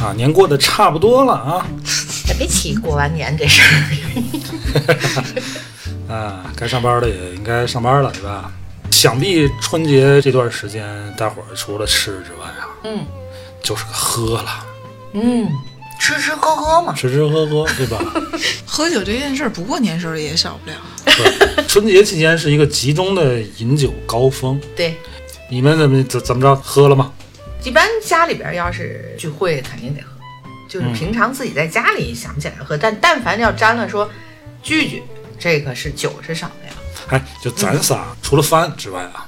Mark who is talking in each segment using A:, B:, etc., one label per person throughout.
A: 啊，年过得差不多了啊，
B: 也别提过完年这事儿，
A: 啊，该上班的也应该上班了，对吧？想必春节这段时间，大伙儿除了吃之外啊，
B: 嗯，
A: 就是个喝了，
B: 嗯，吃吃喝喝嘛。
A: 吃吃喝喝，对吧？
C: 喝酒这件事儿，不过年时候也少不了。
A: 对春节期间是一个集中的饮酒高峰，
B: 对，
A: 你们怎么怎怎么着喝了吗？
B: 一般家里边要是聚会，肯定得喝。就是
A: 嗯
B: 平常自己在家里想不起来喝，但但凡要沾了说聚聚，这个是酒是少的呀。
A: 哎，就咱仨、除了帆之外啊，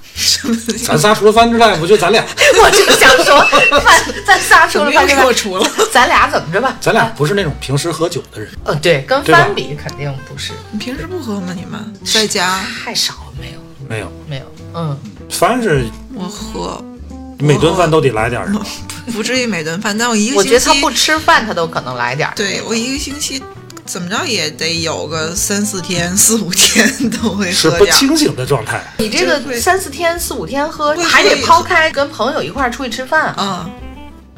A: 咱仨除了帆之外，不就咱俩？
B: 我就想说，饭咱仨除了
C: 怎么
B: 饭
C: 又
B: 之
C: 给我
B: 外，
C: 除了，
B: 咱俩怎么着吧？
A: 咱俩不是那种平时喝酒的人，
B: 呃，对，跟
A: 对吧
B: 番比肯定不是，
C: 你平时不喝吗？你们在家
B: 太少了，没有
A: 没有，
B: 没有，嗯，
A: 帆是
C: 我喝，
A: 每顿饭都得来点儿的。
C: 不至于每顿饭，但我一个
B: 我觉
C: 星
B: 得他不
C: 期，
B: 吃饭他都可能来点儿。
C: 对我一个星期怎么着也得有个三四天、四五天都会
A: 是
C: 喝
A: 不
C: 点儿。
A: 清醒的状态，
D: 哦
B: 你这
C: 真
B: 个
C: 会
B: 三四天、四五天喝，
C: 会
B: 还
C: 喝
B: 得
C: 一
B: 抛开跟朋友一块儿出去吃饭。啊
C: 嗯，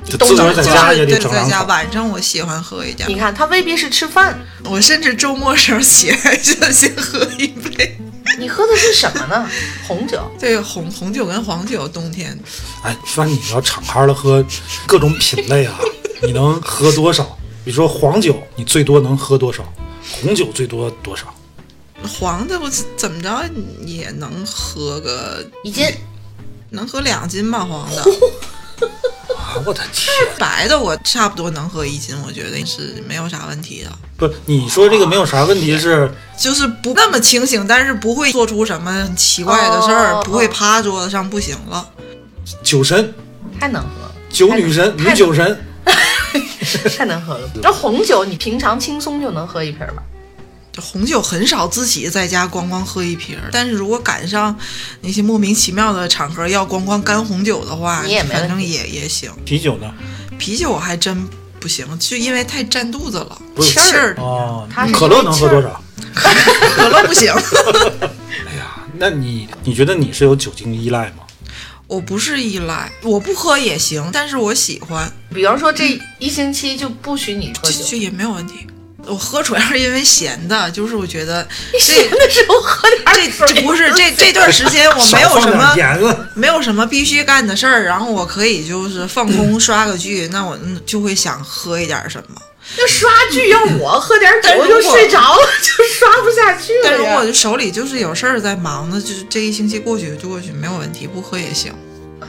A: 就
B: 都
A: 自个儿
B: 能
A: 在
B: 在
A: 家
C: 就是
A: 也得
C: 对，
A: 整
C: 在家
A: 两口。
C: 晚上我喜欢喝一点
B: 你，看，他未必是吃饭，
C: 我甚至周末时候起来就先喝一杯。
B: 你喝的是什么呢？红酒。
C: 对，红红酒跟黄酒，冬天
A: 哎，帆，你要敞开了喝各种品类啊，你能喝多少？比如说黄酒，你最多能喝多少？红酒最多多少？
C: 黄的我怎么着也能喝个
B: 一斤，
C: 能喝两斤吧，黄的。
A: 啊，我的天！
C: 白的我差不多能喝一斤，我觉得是没有啥问题的，
A: 不，你说这个没有啥问题是，
C: 就是不那么清醒，但是不会做出什么很奇怪的事儿，
B: 哦
C: 不会趴桌子上不行了。
A: 酒神、
B: 太能喝了，
A: 酒女神、
B: 太
A: 女酒神，
B: 太能喝了。那红酒你平常轻松就能喝一瓶吧？
C: 这红酒很少自己在家咣咣喝一瓶儿，但是如果赶上那些莫名其妙的场合要咣咣干红酒的话，
B: 你也没问题
C: 反正也也行。
A: 啤酒呢？
C: 啤酒我还真不行，就因为太占肚子了，
A: 不是
C: 气儿，
A: 哦
B: 它是，
A: 可乐能喝多
B: 因为气
A: 少？
C: 可乐不行。
A: 那你你觉得你是有酒精依赖吗？
C: 我不是依赖，我不喝也行，但是我喜欢。
B: 比方说这一星期就不许你喝
C: 这
B: 酒
C: 这，也没有问题。我喝主要是因为闲的，就是我觉得这
B: 闲的时候喝点儿
C: 这这
B: 水
C: 不是这这段时间我没有
A: 少
C: 什
A: 放
C: 么
A: 点盐啊了。
C: 没有什么必须干的事儿，然后我可以就是放空刷个剧，那我嗯就会想喝一点什么。
B: 就刷剧，要我喝点酒
C: 但如
B: 我
C: 果
B: 就睡着了，就刷不下去了呀。
C: 但如果我手里就是有事儿在忙的，就是这一星期过去就过去没有问题，不喝也行。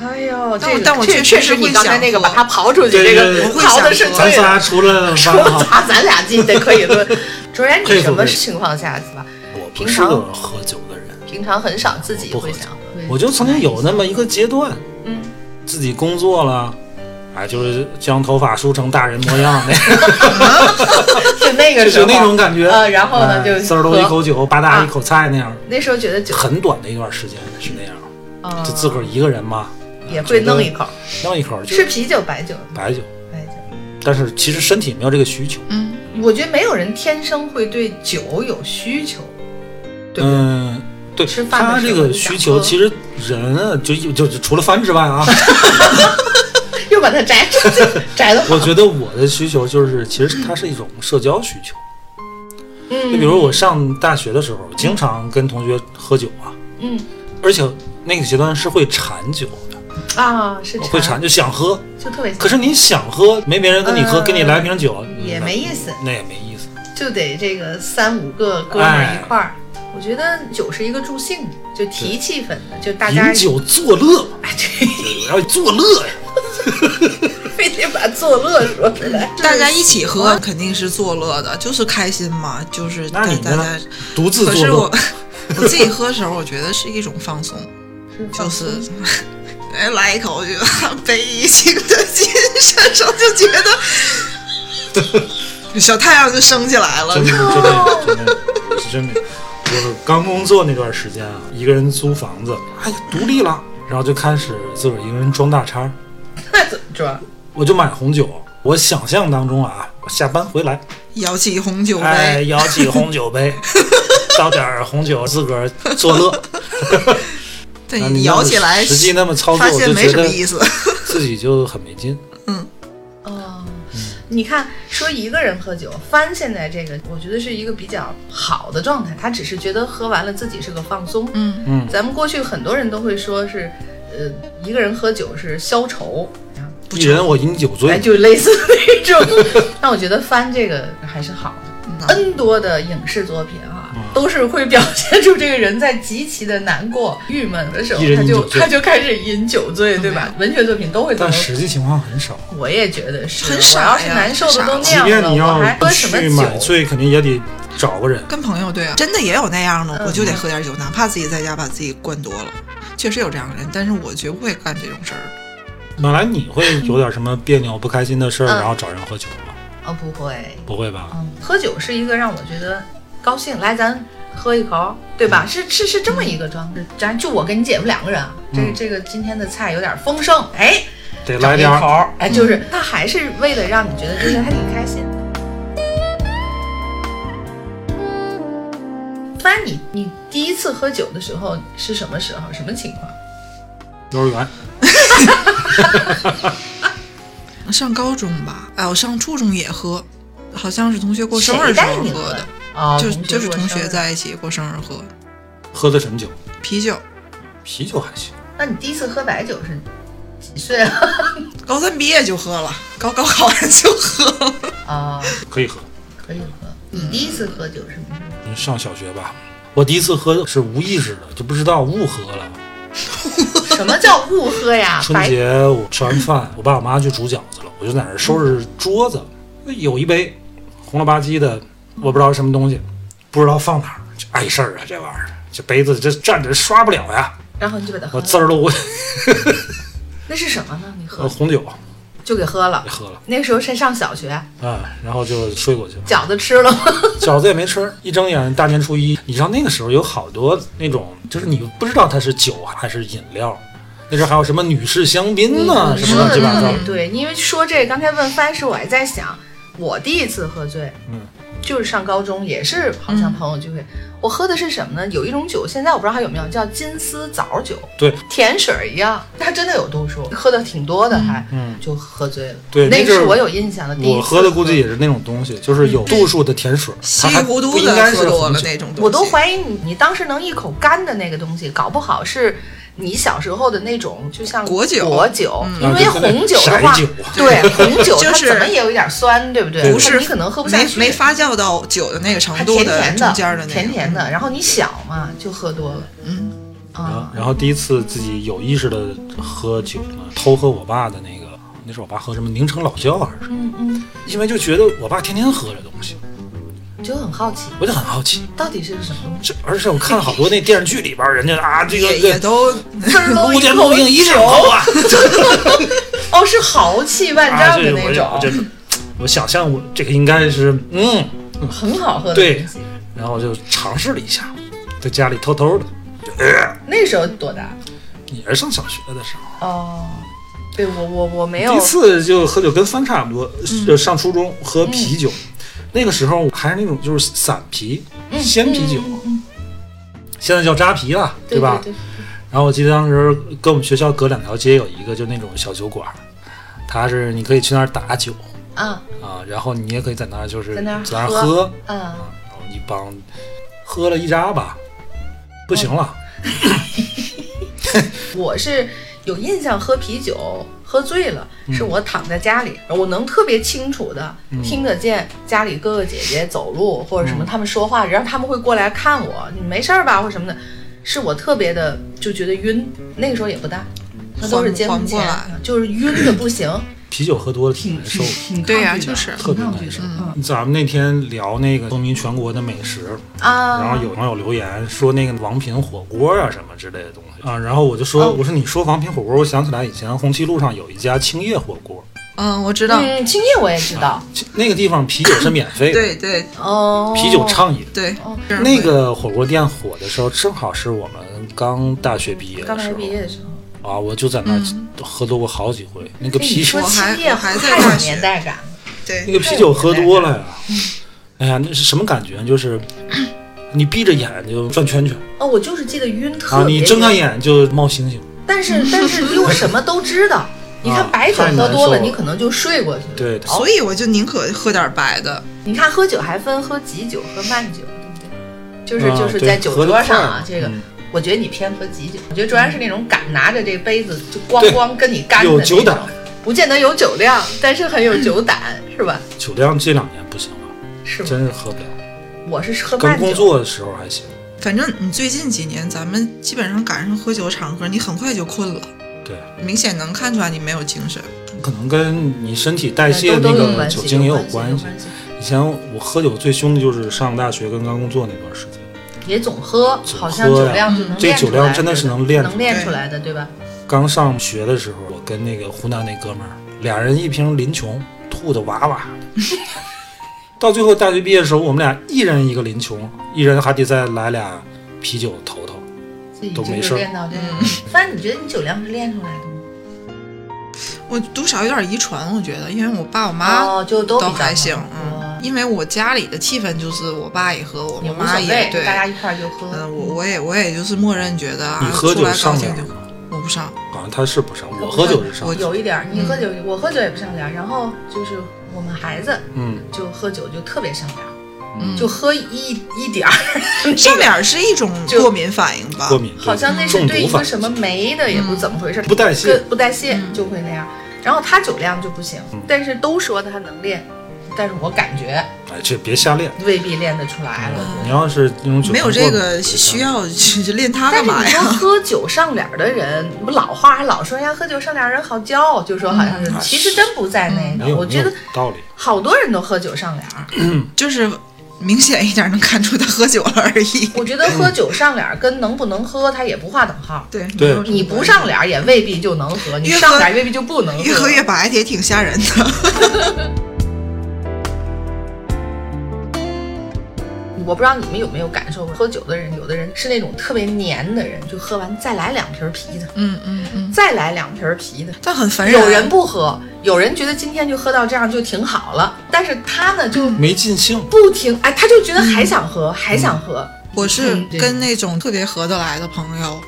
B: 哎呦，
C: 但
B: 这
C: 我
B: 个
C: 但我
B: 这
C: 确
B: 确
C: 实
B: 实
C: 会
B: 你刚才
C: 想
B: 那个
C: 喝
B: 把它刨出去，
A: 对
B: 这
A: 对
B: 个
C: 对
B: 刨的是
C: 我
A: 咱
B: 对
A: 仨
B: 的。
A: 除了
B: 说
A: 饭哈，
B: 咱咱俩进去 可以论。卓然，
A: 佩
B: 你
A: 服
B: 什么
A: 佩服
B: 情况下是吧？
A: 我不
B: 平
A: 是
B: 常
A: 个喝酒的人，
B: 平常很少自己
A: 我不喝
B: 会
A: 酒
B: 想喝。，
A: 我就曾经有那么一个阶段，
B: 嗯，
A: 自己工作了，哎，就是将头发梳成大人模样 那
B: 就那个
A: 就
B: 时
A: 是
B: 候
A: 那种感觉。
B: 呃然后呢
A: 哎
B: 就
A: 滋儿喽
B: 喝
A: 一口酒，吧嗒一口菜那样，
B: 那时候觉得酒
A: 很短的一段时间是那样，
B: 啊
A: 就自个儿一个人嘛，
B: 也会弄一口，
A: 弄一口就是
B: 啤酒白酒
A: 白酒，
B: 白酒。
A: 但是其实身体没有这个需求。
C: 嗯，
B: 我觉得没有人天生会对酒有需求， 对不对
A: 嗯，对，
B: 吃饭的
A: 他这
B: 时候
A: 个
B: 你
A: 需
B: 想
A: 求
B: 喝
A: 其实人啊，就就就除了饭之外 啊，
B: 又把它摘出去，摘的
A: 我觉得我的需求就是，其实它是一种社交需求。
B: 嗯
A: 就比如我上大学的时候，经常跟同学喝酒啊，
B: 嗯
A: 而且那个阶段是会馋酒的，
B: 啊是
A: 会馋就想喝，
B: 就特别
A: 可是你想喝没别人跟你喝，
B: 嗯
A: 给你来瓶酒
B: 也
A: 嗯
B: 没意思。
A: 那也没意思。
B: 就得这个三五个哥们儿一块儿。
A: 哎
B: 我觉得酒是一个助兴的，就提气氛的，就大家
A: 饮酒作乐，
B: 哎对，
A: 我要作乐呀！
B: 非得把作乐说出来。
C: 大家一起喝肯定是作乐的，就是开心嘛，就是
A: 那
C: 大
A: 你
C: 大
A: 呢
C: 家。
A: 独自
C: 可
A: 作
C: 是我
A: 乐，
C: 我自己喝的时候，我觉得是一种放松。 就是，哎，来一口就悲情的今生生 就觉得 小太阳就升起来了
A: 真。的真的真的是真的。我刚工作那段时间啊，一个人租房子，哎，独立了，然后就开始自个儿一个人装大叉 儿，
B: 那怎么装？
A: 我就买红酒。我想象当中啊，我下班回来，
C: 摇起红酒
A: 哎，
C: 杯，
A: 摇起红酒 杯，倒点儿红酒，自个儿作乐。
C: 对
A: 那，你
C: 哎摇
A: 要是
C: 起来，
A: 实际那么操作，
C: 发
A: 我就
C: 现没
A: 觉
C: 什么
A: 得
C: 意思。
A: 自己就很没劲。
B: 哦，你看，说一个人喝酒，帆现在这个，我觉得是一个比较好的状态。他只是觉得喝完了自己是个放松。
C: 嗯
A: 嗯
B: 咱们过去很多人都会说是，呃，一个人喝酒是消愁，啊
A: 一人我饮酒醉，
B: 哎，就类似那 种。但我觉得翻这个还是好的。N 多的影视作品啊，
A: 嗯
B: 都是会表现出这个人在极其的难过、郁闷的时候
A: 一，人
B: 他
A: 饮
B: 就
A: 酒醉嗯
B: 他就开始饮酒醉，对吧？文学作品都会这么
A: 但。实际情况很少。
B: 我也觉得是，
C: 很傻
B: 我
C: 呀
B: 要是难受的都那
A: 即
B: 样
A: 便
B: 了，
A: 你
B: 我还
A: 要
B: 喝什
A: 去
B: 么
A: 买
B: 酒？
A: 醉，肯定也得找个人。
C: 跟朋友对啊，真的也有那样的，
B: 嗯
C: 我就得喝点酒，哪怕自己在家把自己灌多了，确实有这样的人，但是我绝不会干这种事儿。
A: 本来你会有点什么别扭、不开心的事儿，
B: 嗯
A: 然后找人喝酒吗？
C: 哦
B: 啊，不会，
A: 不会吧？
B: 嗯，喝酒是一个让我觉得高兴，来咱喝一口，对
A: 嗯
B: 吧？是是是这么一个状态。咱就我跟你姐夫两个人啊，这
A: 嗯
B: 这个今天的菜有点丰盛，哎，
A: 得
B: 找
A: 来
B: 一
A: 点
B: 口
A: 儿。
B: 儿，哎，就是他还是为了让你觉得这个还挺开心。翻你，你第一次喝酒的时候是什么时候？什么情况？
A: 幼儿园
C: 上高中吧，哎，我上初中也喝，好像是同学过生日
B: 谁
C: 时
B: 带
C: 候
B: 你
C: 喝的，
B: 哦，
C: 就
B: 过
C: 就是同
B: 生
C: 学
B: 日。
C: 在一起过生日喝
A: 喝的什么酒？
C: 啤酒。
A: 啤酒还行。
B: 那你第一次喝白酒是几岁啊？
C: 高三毕业就喝了，高高考完就喝 了。
B: 啊，
A: 可以喝。
B: 可以喝。你第一次喝酒是什么时候？
A: 上小学吧，我第一次喝是无意识的，就不知道误喝了。
B: 什么叫误喝 呀？
A: 春
B: 啊白
A: 节我吃完饭，我爸我妈去煮饺子了，我就在那儿收拾桌子，有一杯红了吧唧的，我不知道是什么东西，不知道放哪儿，这碍事儿啊，这玩意儿，这杯子这站着刷不了呀，
B: 然后你就把它喝
A: 我
B: 了。
A: 滋儿 了我
B: 那是什么呢？你喝
A: 呃红酒
B: 就给喝了
A: 给。喝了。
B: 那个时候才上小学，
A: 啊、然后就睡过去了，
B: 饺子吃了吗？
A: 饺子也没吃。一睁眼，大年初一，你知道那个时候有好多那种，就是你不知道它是酒还是饮料，那时候还有什么女士香槟呐、
C: 嗯
B: 你
A: 什
B: 说
A: 么
B: 的
A: 乱七八糟。
B: 特别嗯对，因为说这刚才问番时，我还在想，我第一次喝醉，
A: 嗯，
B: 就是上高中，也是好像朋友聚会，我喝的是什么呢？有一种酒，现在我不知道还有没有，叫金丝枣酒，
A: 对，
B: 甜水儿一样，它真的有度数，喝的挺多的还，
A: 嗯
B: 就喝醉了。
A: 对
B: 那
A: 那
B: 个
A: 阵
B: 是
A: 儿
B: 我有印象的第一次。
A: 我喝的估计也是那种东西，就是有度数的甜水，
C: 嗯稀
A: 它
C: 里
A: 还
C: 糊
A: 不
C: 涂
A: 应
C: 的
A: 该
C: 喝
A: 是
C: 多
A: 红
C: 了
A: 酒
C: 那种东西，
B: 我都怀疑你，你当时能一口干的那个东西，搞不好是你小时候的那种，就像
C: 果酒
B: 果酒，
C: 嗯
B: 因为红酒的
A: 啊
B: 话
A: 对，
B: 对红酒
C: 就
B: 它
C: 是
B: 怎么也有一点酸，对不对？
C: 不是
B: 你可能喝不下
C: 没
B: 去，
C: 没发酵到酒的那个
B: 它
C: 程度
B: 甜甜
C: 中间的那
B: 甜
C: 种
B: 甜的。然后你小嘛，就喝多了，
C: 嗯，
A: 啊
B: 啊，
A: 然后第一次自己有意识的喝酒呢，偷喝我爸的那个，那是我爸喝什么宁城老窖还是什么？
B: 嗯嗯，
A: 因为就觉得我爸天天喝这东西，
B: 就很好奇，
A: 我就很好奇。
B: 到底是个什么东西？
A: 这而且我看好多那电视剧里边儿，人家啊这个
C: 也也都
A: 路见不平一声吼啊，
B: 哦，是豪气万
A: 啊
B: 丈
A: 这
B: 的
A: 个
B: 那
A: 我就我
B: 种，
A: 就我想象我这个应该是嗯，
B: 很好喝的
A: 对
B: 东西。
A: 然后我就尝试了一下，在家里偷偷的，
B: 那时候多大？
A: 也是上小学的时候。
B: 哦，对我我我没有嗯
A: 第一次就喝酒跟翻差不多，就上初中喝啤酒，那个时候还是那种就是散啤、
B: 嗯
A: 鲜啤酒，现在叫扎啤了，
B: 对
A: 吧？
B: 对对
A: 然后我记得当时跟我们学校隔两条街有一个就那种小酒馆，它是你可以去那儿打酒
B: 啊
A: 啊，然后你也可以在那儿就是
B: 在那儿
A: 在那儿
B: 喝
A: 喝，
B: 啊。
A: 然后一帮喝了一扎吧，不行了，
B: 我是有印象，喝啤酒喝醉了，
A: 嗯
B: 是我躺在家里，我能特别清楚的听得见家里哥哥姐姐走路或者
A: 嗯
B: 什么他们说话，然后他们会过来看我，你没事儿吧或者什么的，是我特别的就觉得晕，那个时候也不大，那都是结
C: 缓
B: 婚
C: 不
B: 前
C: 过来，
B: 就是晕的不行，
A: 啤酒喝多了挺难受的。
C: 对呀、
B: 抗拒的
C: 就是
A: 特别
B: 挺抗
A: 难
B: 拒
A: 受
B: 的嗯。
A: 咱们那天聊那个风靡全国的美食，
B: 啊，
A: 然后有网友留言说那个王品火锅啊什么之类的东西啊，然后我就说，
B: 哦
A: 我说你说王品火锅，我想起来以前红旗路上有一家青叶火锅，
C: 啊、嗯，我知道，
B: 嗯，青叶我也知道，
A: 那个地方啤酒是免费的，
C: 对对
B: 哦，
A: 啤酒畅饮。
C: 对
B: 哦，
A: 那个火锅店火的时候，正好是我们刚大学毕业
B: 刚
A: 的时
B: 开始
A: 候
B: 毕业的时候，
A: 啊，我就在那儿喝多过好几回。那个
B: 哎
A: 啤
B: 你
A: 酒
B: 说，
C: 我还
B: 青叶
C: 我还在
B: 太
C: 大
B: 有
C: 学
B: 年代感了，
A: 那
C: 对
A: 个啤酒喝多了呀，哎呀，那是什么感觉？就是你闭着眼就转圈圈，
B: 哦，我就是记得晕特
A: 啊，
B: 别，
A: 你睁开，眼就冒星星。
B: 但是但是又什么都知 道。你看白酒
A: 啊太
B: 喝
A: 难
B: 多
A: 受
B: 了，
A: 了
B: 你可能就睡过去了。
A: 对，
C: 所以我就宁可喝点白的。
B: 你看喝酒还分喝急酒和慢酒，对不对？就是
A: 啊
B: 就是
A: 对
B: 在酒
A: 喝得
B: 桌上
A: 快
B: 啊
A: 了，
B: 这个
A: 嗯
B: 我觉得你偏喝急酒，我觉得卓然是那种敢拿着这杯子就咣
A: 对
B: 咣跟你干的
A: 有
B: 那
A: 酒
B: 种
A: 胆，
B: 不见得有酒量，但是很有酒胆，是吧？
A: 酒量这两年不行了，
B: 是吧？
A: 真是喝不了。
B: 我是喝
A: 刚
B: 慢
A: 工
B: 酒，
A: 作的时候还行，
C: 反正你最近几年，咱们基本上赶上喝酒场合，你很快就困了，
A: 对，
C: 明显能看出来你没有精神。
A: 可能跟你身体代谢
B: 都
A: 那
B: 都有
A: 个
B: 关系
A: 酒精也
B: 有
A: 关
B: 系
A: 系。，以前我喝酒最凶的就是上大学跟刚工作那段时间，
B: 也总喝，好像
A: 总喝
B: 酒
A: 呀
B: 量就能
A: 这
B: 练
A: 酒
B: 出来
A: 量真的是能练出来
B: 能练出来的，对吧？
A: 刚上学的时候，我跟那个湖南那哥们儿，俩人一瓶林琼，吐的哇哇的。到最后大学毕业的时候，我们俩一人一个林琼，一人还得再来俩啤酒头头。
B: 自己
A: 都没
B: 就
A: 事
B: 是
A: 儿
B: 练到这
C: 嗯
B: 样。反正你觉得你酒量是练出来的吗？
C: 我多少有点遗传，我觉得，因为我爸我妈
B: 哦，就都
C: 都
B: 比较
C: 还
B: 好
C: 行，
B: 哦
C: 嗯，因为我家里的气氛就是我爸也喝，我
B: 也无
C: 妈
B: 所
C: 也
B: 谓，
C: 对，
B: 大家一块儿就喝。
C: 嗯，我我也我也就是默认觉得啊，
A: 你喝
C: 出
A: 酒
C: 来高
A: 上
C: 兴
A: 脸
C: 就
A: 吗？
C: 我不上，
A: 好像啊他是不上，我喝酒是上
C: 我。嗯
B: 有一点儿，你喝酒，我喝酒也不上脸儿，然后就是我们孩子
A: 嗯，
B: 就喝酒就特别上脸儿，
C: 嗯，
B: 就喝一一 点儿，
C: 上脸儿是一种
B: 就啊
C: 过敏反应吧
A: 过？敏，
B: 好像那是
A: 中
B: 对
A: 毒
B: 一
A: 反应
B: 个什么酶的，
C: 嗯
B: 也不怎么回事，
A: 不代谢
B: 跟不代谢就会那样。然后他酒量就不行，
A: 嗯
B: 但是都说他能练，但是我感觉
A: 哎，这别瞎练。
B: 未必练得出来了。
A: 你要是那种酒
C: 没有
A: 精
C: 这
A: 过敏
C: 个需，要去练它
B: 但
C: 干
B: 是
C: 嘛
B: 你说
C: 呀？
B: 喝酒上脸儿的人，不老话还老说哎呀，喝酒上脸儿人好骄傲，就说好像是，
A: 嗯
B: 其实真不在那
A: 没
B: 个。
A: 有
B: 我觉
A: 没
B: 得
A: 有道理。
B: 好多人都喝酒上脸儿，
C: 就是明显一点能看出他喝酒了而已。
B: 我觉得喝酒上脸儿跟能不能喝，它也不划等号。
C: 对
A: 对
C: 没有什么
B: 你不上脸儿也未必就能喝，你
C: 嗯越喝
B: 上脸儿未必就不能
C: 越喝越白的也挺吓人的。
B: 我不知道你们有没有感受过，喝酒的人，有的人是那种特别黏的人，就喝完再来两瓶啤的，
C: 嗯嗯嗯，哎
B: 再来两瓶啤的。
C: 但很烦
B: 有人不喝，有人觉得今天就喝到这样就挺好了，但是他呢就
A: 没尽兴，
B: 不停，哎，他就觉得还想喝，还想喝。
C: 我是
B: 嗯对
C: 跟那种特别合得来的朋友，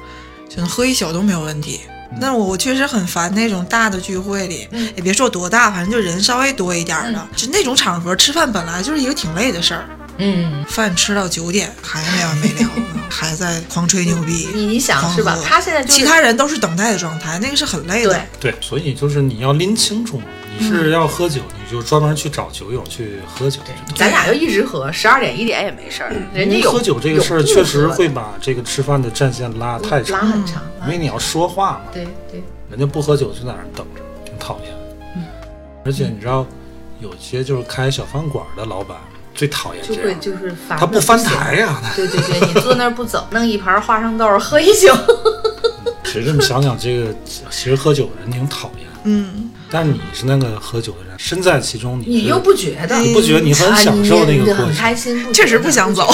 C: 就是喝一宿都没有问题。但我我确实很烦那种大的聚会里，
B: 嗯
C: 也别说多大，反正就人稍微多一点儿的，就那种场合吃饭本来就是一个挺累的事儿，
B: 嗯，
C: 饭吃到九点还没完没了呢，还在狂吹牛逼。
B: 你你想是吧
C: 狂？喝
B: 他现在就是
C: 其他人都是等待的状态，那个是很累
B: 对
C: 的。
A: 对，所以就是你要拎清楚嘛，你是要喝酒，你就专门去找酒友去喝酒。就
B: 咱俩就一直喝，十二点一点也没事儿。人家有
A: 喝酒这个事儿
B: 有不
A: 确实
B: 喝的
A: 会把这个吃饭的战线拉太
B: 拉
A: 长，
B: 很长，拉
A: 因为你要说话嘛，
B: 对对，
A: 人家不喝酒就在那儿等着，挺讨厌的。
B: 嗯
A: 而且你知道，有些就是开小饭馆的老板最讨厌
B: 就
A: 这
B: 会
A: 样，
B: 就是烦
A: 他
B: 得不
A: 不翻
B: 行。
A: 台呀、
B: 对对对，你坐那儿不走，弄一盘花生豆儿喝 一宿。
A: 其实这么想想，这个其实喝酒的人挺讨厌，
C: 嗯，
A: 但是你是那个喝酒的人，身在其中你
B: 你
A: 是
B: 又不觉得？
A: 你不觉得你很
B: 啊
A: 享受那
B: 你
A: 个
B: 你
A: 过
B: 很
A: 程，
B: 开心，
C: 确实不想
B: 走，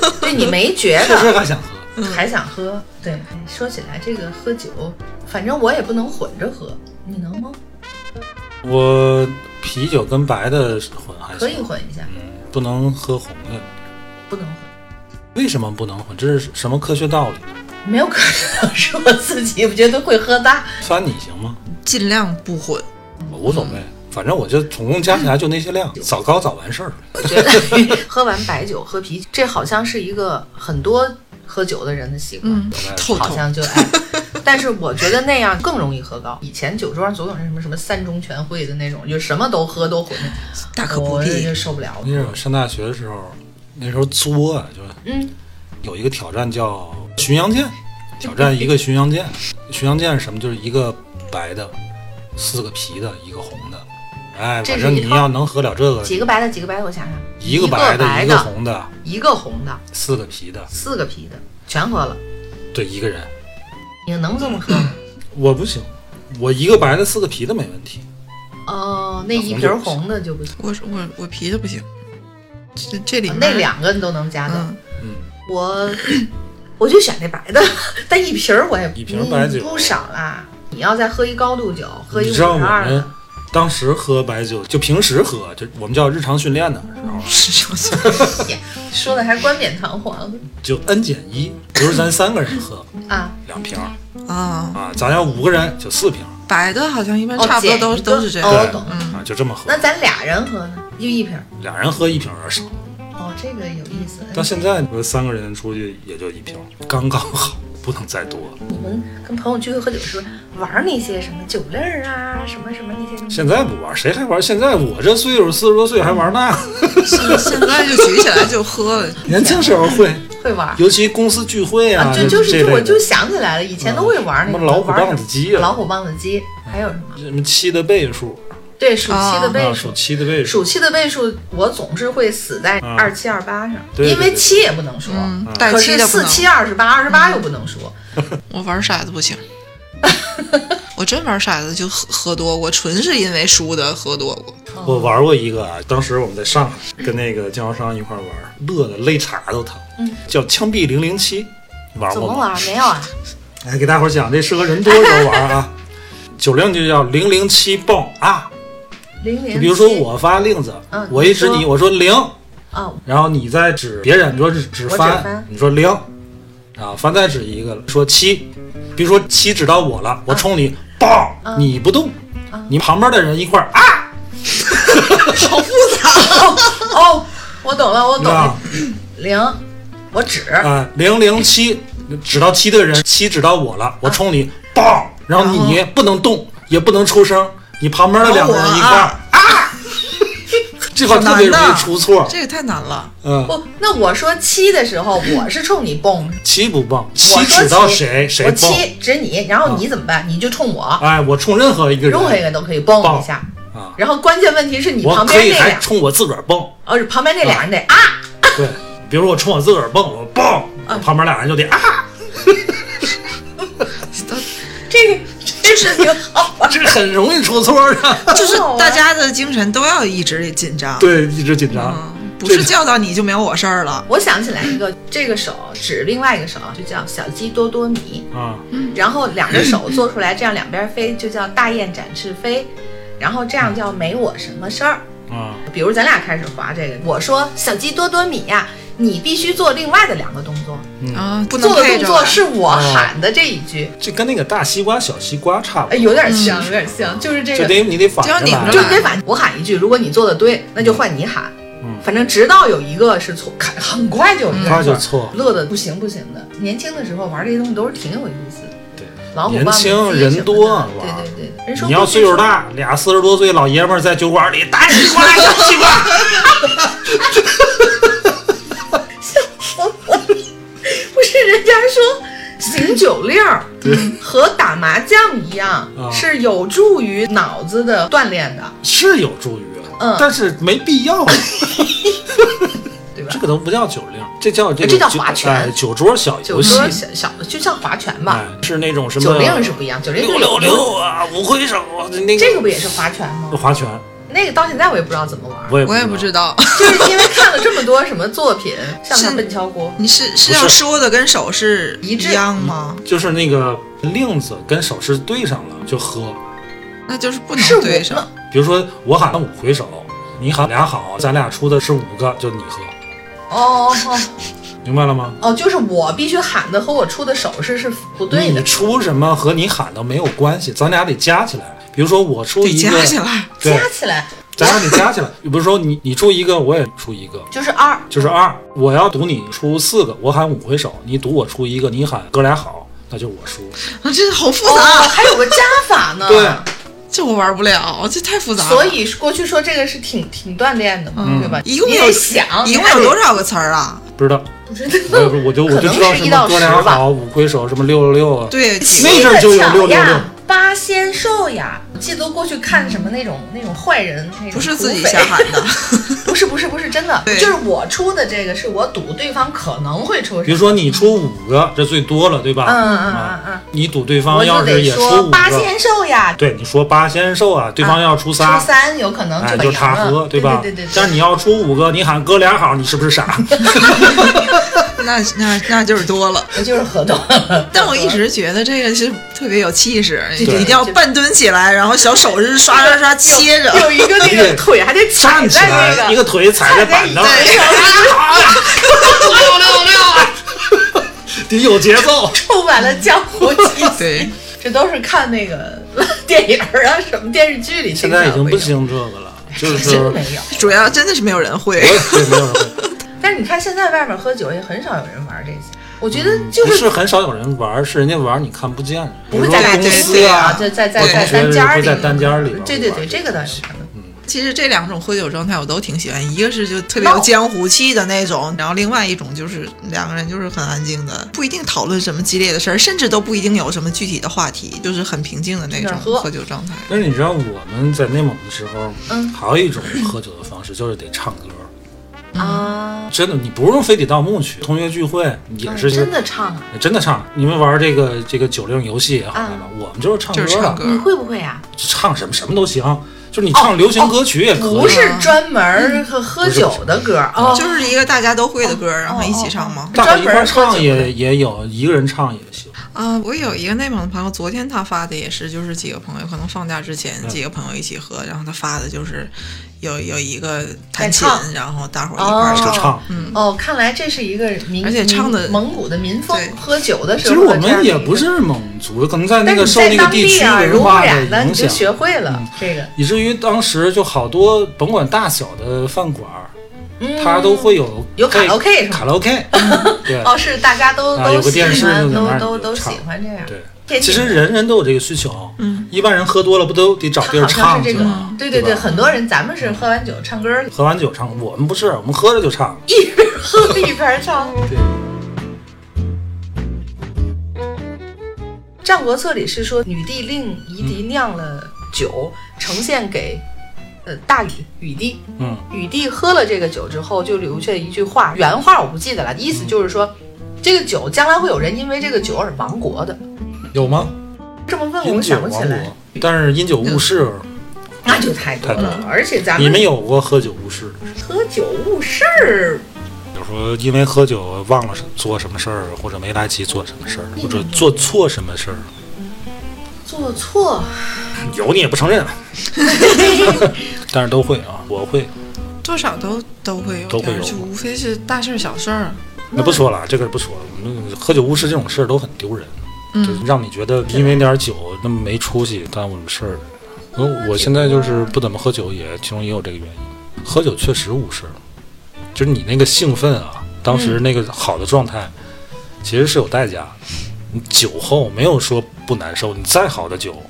C: 走。
B: 对你没觉
A: 确实
B: 得，
A: 还想喝。
B: 还想喝。对，哎说起来这个喝酒，反正我也不能混着喝，你能吗？
A: 我啤酒跟白的混还行
B: 可以，混一下，
A: 嗯，不能喝红的。
B: 不能混，
A: 为什么不能混？这是什么科学道理？
B: 没有可能是我自己不觉得会喝 大。
A: 翻你行吗？
C: 尽量不混。
A: 我无所谓，
B: 嗯
A: 反正我就总共加起来就那些量，早高早完事儿。
B: 我觉得喝完白酒喝啤酒，这好像是一个很多喝酒的人的习惯。
C: 嗯，透
B: 好
C: 透。
B: 像就哎，但是我觉得那样更容易喝高。以前酒桌上总有那什么什么三中全会的那种，就什么都喝都混，
C: 大可不
B: 我
C: 必
B: 就受不了
A: 我。那时候上大学的时候，那时候作啊，就是
B: 嗯，
A: 有一个挑战叫巡洋舰，挑战一个巡洋舰。巡洋舰是什么？就是一个白的，四个啤的，一个红的。哎，
B: 这
A: 反
B: 是
A: 正
B: 一
A: 你
B: 套
A: 要能喝了这个，
B: 几个白的，几个白的，我想想，
A: 一
B: 个
A: 个白
B: 的，
A: 一个，红的，
B: 一个红的，
A: 四个啤的，
B: 四个啤的，全喝了。
A: 对，一个人。
B: 你能这么喝吗？
A: 我不行，我一个白的，四个啤的没问题。
B: 哦，哦，那一瓶红的就不行，
C: 我我我啤的不行，这这里面、
B: 那两个你都能加的。
C: 嗯，
B: 我我就选那白的， 但一瓶儿我也
A: 一瓶白酒
B: 嗯不少啦。你要再喝一高度酒，喝一
A: 你
B: 五
A: 知
B: 十
A: 道我
B: 二
A: 们
B: 的，
A: 当时喝白酒，就平时喝，就我们叫日常训练的时候，
C: 是这样 子
B: 说的还冠冕堂皇
A: 就 n 减一，比如咱三个人喝
B: 啊。
A: 两瓶儿
C: 啊，
A: 啊，咱要五个人就四瓶儿，
C: 白的好像一般
B: 哦
C: 差不多都、
B: 减一个
C: 都是这样。
B: 哦我
A: 对
B: 懂了
A: 啊，就这么喝
B: 那，咱俩人喝呢，就一瓶儿。
A: 俩人喝一瓶儿少。
B: 哦，这个有意思。
A: 到现在，我三个人出去也就一瓶儿，刚刚好，不能再多。
B: 你们跟朋友聚会喝酒的时候玩那些什么酒令儿啊，什么什么那些东西。
A: 现在不玩，谁还玩？现在我这岁数四十多岁还玩那，
C: 是现在就举起来就喝了，
A: 年轻时候会，
B: 会玩儿
A: 尤其公司聚会
B: 啊，就就
A: 这
B: 是
A: 类
B: 就
A: 的嗯
B: 我就想起来了，以前都会玩
A: 什
B: 那个
A: 么老虎
B: 玩儿
A: 棒子鸡啊
B: 老虎棒子鸡，还有什么？
A: 什么七的倍数，
B: 对，暑期的
C: 啊
B: 倍
A: 啊，
B: 数
A: 数。七的倍数，
B: 暑期的倍数，我总是会死在
A: 啊
B: 二七二八上，
A: 对对
B: 因为七也不能说，
C: 嗯，带
B: 可
C: 七
B: 是
C: 的不
B: 四
C: 能。
B: 七二十八，二十八又不能说。
C: 我玩骰子不行，我真玩骰子就喝喝多，我纯是因为输的喝多过。
A: 我玩过一个啊，当时我们在上海跟那个经销商一块玩，乐的肋叉都疼。
B: 嗯，
A: 叫枪毙零零七，玩
B: 怎
A: 过
B: 么
A: 吗？
B: 玩？没有啊？
A: 来给大伙儿讲，这适合人多的时候玩啊。 酒令就叫零零七蹦啊，
B: 零零
A: 就比如说我发令子
B: 嗯，
A: 我一指
B: 你
A: 你，我说零，
B: 啊，
A: 然后你再指别人，你说指指
B: 我指
A: 翻
B: 翻，
A: 你说零，啊，翻再指一个，说七，比如说七指到我了，我冲
B: 嗯
A: 你，嘣，你不动，你旁边的人一块儿啊，
B: 哦，我懂了，我
A: 你
B: 懂
A: 知道
B: 了
A: 吗，
B: 零，我指
A: 啊，零零七指到七的人，七指到我
B: 啊
A: 了，我冲你，嘣，然后
B: 哦
A: 你不能动，也不能出声，你旁边的两个人一块儿啊， 这块儿特别容易出错，
C: 这个太难了，
A: 嗯，
B: 不，那我说七的时候，我是冲你蹦，
A: 七不蹦，
B: 我
A: 七
B: 说
A: 指到
B: 七
A: 谁谁
B: 我
A: 蹦，
B: 七指你，然后你怎么办？你就冲我，
A: 哎，我冲任何一个人，
B: 任何一个都可以蹦一下。
A: 啊，
B: 然后关键问题是你
A: 我
B: 旁
A: 可
B: 边
A: 以
B: 那
A: 还
B: 俩，
A: 冲我自个儿蹦，
B: 呃，旁边那俩人得啊，
A: 对，比如说我冲我自个儿蹦，我蹦，
B: 嗯
A: 旁边俩人就得啊，
B: 这个这哦是挺好玩。
A: 这很容易 出错的，
C: 就是
B: 好玩
C: 大家的精神都要一直紧张。
A: 哦对，一直紧张，
C: 嗯，不是叫到你就没有我事儿了。
B: 我想起来一个，这个手指另外一个手，啊就叫小鸡多多米。
A: 啊，
C: 嗯
B: 然后两个手做出来，这样两边飞就叫大雁展翅飞，然后这样叫没我什么事儿。
A: 啊，
B: 比如咱俩开始划这个，我说小鸡多多米呀、啊你必须做另外的两个动作，
C: 啊，哦不能
B: 做的
C: 配
B: 动
C: 着
B: 作
C: 玩。
B: 是我喊的这一句，
A: 这跟那个大西瓜小西瓜差不
B: 哎，
A: 多，
B: 有点像，有点像，就是这
A: 就
B: 个，
A: 得你得反着
C: 就拧
A: 来
C: 着
B: 就。得反我喊一句，如果你做的对，那就换你喊，
A: 嗯
B: 反正直到有一个是错，很很快就有
C: 嗯
B: 一个
A: 他
B: 人
A: 就
B: 错，
A: 错，
B: 乐的不行不行的。年轻的时候玩这些东西都是挺有意思的，
A: 对，
B: 老虎
A: 年
B: 棒子
A: 轻
B: 鸡
A: 人
B: 什么
A: 多
B: 的
A: 啊玩
B: 对对对，人说
A: 你要
B: 必须
A: 岁数
B: 是
A: 大，俩四十多岁老爷们儿在酒馆里大西瓜小西瓜，
B: 不是人家说醒酒令儿 嗯
A: 对
B: 和打麻将一样
A: 啊，
B: 是有助于脑子的锻炼的，
A: 是有助于，
B: 嗯
A: 但是没必要，啊
B: 对吧
A: 这？个都不叫酒令，这叫这
B: 哎
A: 个
B: 这叫
A: 酒
B: 划拳
A: 哎酒桌小
B: 酒
A: 游戏
B: 桌，小小的就像划拳
A: 哎
B: 吧，，
A: 是那种什么
B: 酒令是不一样，酒令
A: 六
B: 是
A: 六六啊，五挥手那
B: 这个不也是划拳吗？
A: 划拳，
B: 那个到现在我也不知道怎么玩，
A: 我也
C: 我也不知
A: 道，
C: 道，
B: 就是因为看了这么多什么作 品，像他笨敲锅，
C: 你是
A: 不是
C: 是要说的跟手势
B: 一致
C: 样吗？
A: 就是那个令子跟手势对上了就喝，
C: 那就是不
B: 是
C: 能
B: 我
C: 对
B: 那
C: 上。
A: 比如说我喊五挥手，你喊俩好，咱俩出的是五个，就你喝，
B: 哦哦
A: 明白了吗？
B: 哦，就是我必须喊的和我出的手势是不对
A: 你
B: 的，
A: 出什么和你喊的没有关系，咱俩得加起来。比如说我出
C: 得
A: 一个，
C: 加起来，
A: 对，
B: 加起来
A: 咱俩得加起来。比如说你你出一个，我也出一个，
B: 就是二，
A: 就是二。我要赌你出四个，我喊五回手，你赌我出一个，你喊哥俩好，那就我输。
C: 啊，这好复
B: 哦，
C: 杂，
B: 还有个加法呢，
A: 对，
C: 这我玩不了，这太复杂了。
B: 所以过去说这个是挺挺锻炼的嘛，
A: 嗯
B: 对吧？
C: 一共
B: 你
C: 有
B: 得想，
C: 一共有多少个词儿啊？
A: 不知道，
B: 不知道
A: 我也不我就我
B: 可
A: 就
B: 能
A: 知道
B: 是
A: 什
B: 一
A: 么
B: 到
A: 哥
B: 十
A: 俩
B: 吧。
A: 好，五回手，什么六六六啊。
C: 对，
A: 那阵儿就有
B: 巧
A: 六六六
B: 呀，八仙兽呀！我记得都过去看什么那种那种坏人，那种
C: 不是自己
B: 土匪
C: 瞎喊的，
B: 不是不是不是真的，
C: 对
B: 就是我出的这个是我赌对方可能会出什么，
A: 比如说你出五个，这最多了，对吧？
B: 嗯嗯嗯
A: 啊
B: 嗯嗯
A: 你赌对
B: 我
A: 方
B: 就
A: 要是
B: 得
A: 也出
B: 说
A: 五
B: 八
A: 个，
B: 仙兽呀，
A: 对，你说八仙兽啊，对方要出仨，
B: 出三有可能
A: 哎，
B: 就
A: 就
B: 赢
A: 差
B: 了，
A: 和，
B: 对
A: 吧？
B: 对对对，
A: 但是你要出五个，你喊哥俩好，你是不是 傻？
C: 那那那就是多了。
B: 我就是河东，
C: 但我一直觉得这个是特别有气势，一
B: 对
C: 定要半蹲起来，然后小手是刷刷刷切着。
B: 有一个那个腿还得踩
A: 站起
B: 在那
A: 来，一个腿踩在板凳上，
B: 踩在椅子
A: 六六六六， 得有节奏。
B: 充满了江湖 气息。
C: 对，
B: 这都是看那个电影儿啊，什么电视剧里
A: 现
B: 经常
A: 在
B: 会
A: 已
B: 有。
A: 经不兴这个了，就是
B: 真没有。
C: 主要真的是没有人会。
A: 对没有人会，
B: 但是你看现在外面喝酒也很少有人玩这些，我觉得就
A: 不
B: 是
A: 是很少有人玩，是人家玩你看不见，比
B: 不
A: 如
B: 是
A: 说
B: 在
A: 公司
B: 啊，
A: 啊，
B: 就在在
A: 我
B: 在
A: 同
B: 单
A: 学
B: 间儿
A: 会
B: 里
A: 在
B: 面，
A: 单间儿里边，
B: 对对对，这个倒是可能。
C: 其实这两种喝酒状态我都挺喜欢，一个是就特别有江湖气的那种，然后另外一种就是两个人就是很安静的，不一定讨论什么激烈的事儿，甚至都不一定有什么具体的话题，就是很平静的那
B: 在那
C: 种
B: 儿喝
C: 喝酒状态。
A: 但是你知道我们在内蒙的时候，
B: 嗯
A: 还有一种喝酒的方式就是得唱歌。
B: 啊，
A: 真的，你不用非得盗墓去，同学聚会也是、
B: 真的唱啊？
A: 真的唱。你们玩这个这个酒令游戏也好
B: 嗯
A: 干嘛，我们就是唱歌
C: 就
A: 的，
C: 是唱歌
B: 你会不会啊？
A: 唱什么什么都行，就是你唱流行歌曲也可以。
B: 哦不是专门儿喝喝酒的歌儿哦，
C: 就是一个大家都会的歌，然后一起唱吗？
A: 大伙一块儿
B: 专门喝
A: 唱
B: 酒哦
A: 也也有，一个人唱也行。
C: 啊、我有一个内蒙的朋友，昨天他发的也是，就是几个朋友可能放假之
A: 嗯
C: 前几个朋友一起喝，然后他发的就是有有一个弹琴
B: 在唱，
C: 然后大伙儿一块儿
A: 就
C: 唱。
A: 唱。
B: 哦，看来这是一个民，
C: 而且唱的
B: 民蒙古的民风
C: 对，
B: 喝酒的时
A: 其
B: 候。
A: 实我们也不，是蒙族，可能在那
B: 但是
A: 个
B: 你
A: 受
B: 在
A: 那个
B: 当
A: 地
B: 地
A: 区
B: 耳
A: 文
B: 濡目
A: 化
B: 染的，你
A: 影
B: 就
A: 响，嗯
B: 学会了这个。
A: 以至于当时就好多甭管大小的饭馆儿，
B: 嗯
A: 它都会有
B: 有卡拉 OK 是吗
A: 卡拉 OK，对
B: 哦，是大家都
A: 啊
B: 都
A: 有个
B: 喜
A: 电视
B: 欢，
A: 就在那
B: 都
A: 儿就
B: 都都
A: 唱
B: 喜欢这样。
A: 对。
B: 天
A: 其
B: 津
A: 实人人都有这个需求，
C: 嗯，
A: 一般人喝多了不都得找地儿
B: 他好像
A: 唱
B: 是
A: 去
B: 这个
A: 吗？，
B: 对对
A: 对
B: 对，
A: 吧
B: 很多人咱们是喝完酒唱歌儿，
A: 喝完酒唱，我们不是，我们喝着就唱。
B: 一边喝 一边唱。
A: 对，
B: 《战国策》里是说，女帝令夷
A: 嗯
B: 狄酿了酒，呈现给呃大禹禹帝。
A: 嗯，
B: 禹帝喝了这个酒之后，就留下一句话，原话我不记得了，意思就是说，这个酒将来会有人因为这个酒而亡国的。
A: 有吗？
B: 这么问
A: 饮
B: 我
A: 酒
B: 想不
A: 王
B: 起来嗯
A: 国，，但是饮酒误事，
B: 那就太多
A: 太多
B: 了。而且咱
A: 你
B: 们
A: 们有过喝酒误事？
B: 喝酒误事儿，
A: 比如说因为喝酒忘了做什么事儿，或者没来及做什么事儿，或者做错什么事儿，
B: 做错
A: 有你也不承认啊。但是都会啊，我会，
C: 多少都都会有
A: 都会
C: 点儿，
A: 有
C: 就无非是大事儿小事儿。
A: 那不说了，这个不说了。我们喝酒误事这种事儿都很丢人，啊就是
C: 嗯，
A: 让你觉得因为点儿酒那么没出息，耽误什么事儿。我我现在就是不怎么喝酒也，其中也有这个原因。喝酒确实误事，就是你那个兴奋啊，当时那个好的状态，其实是有代价的。你酒后没有说不难受，你再好的酒，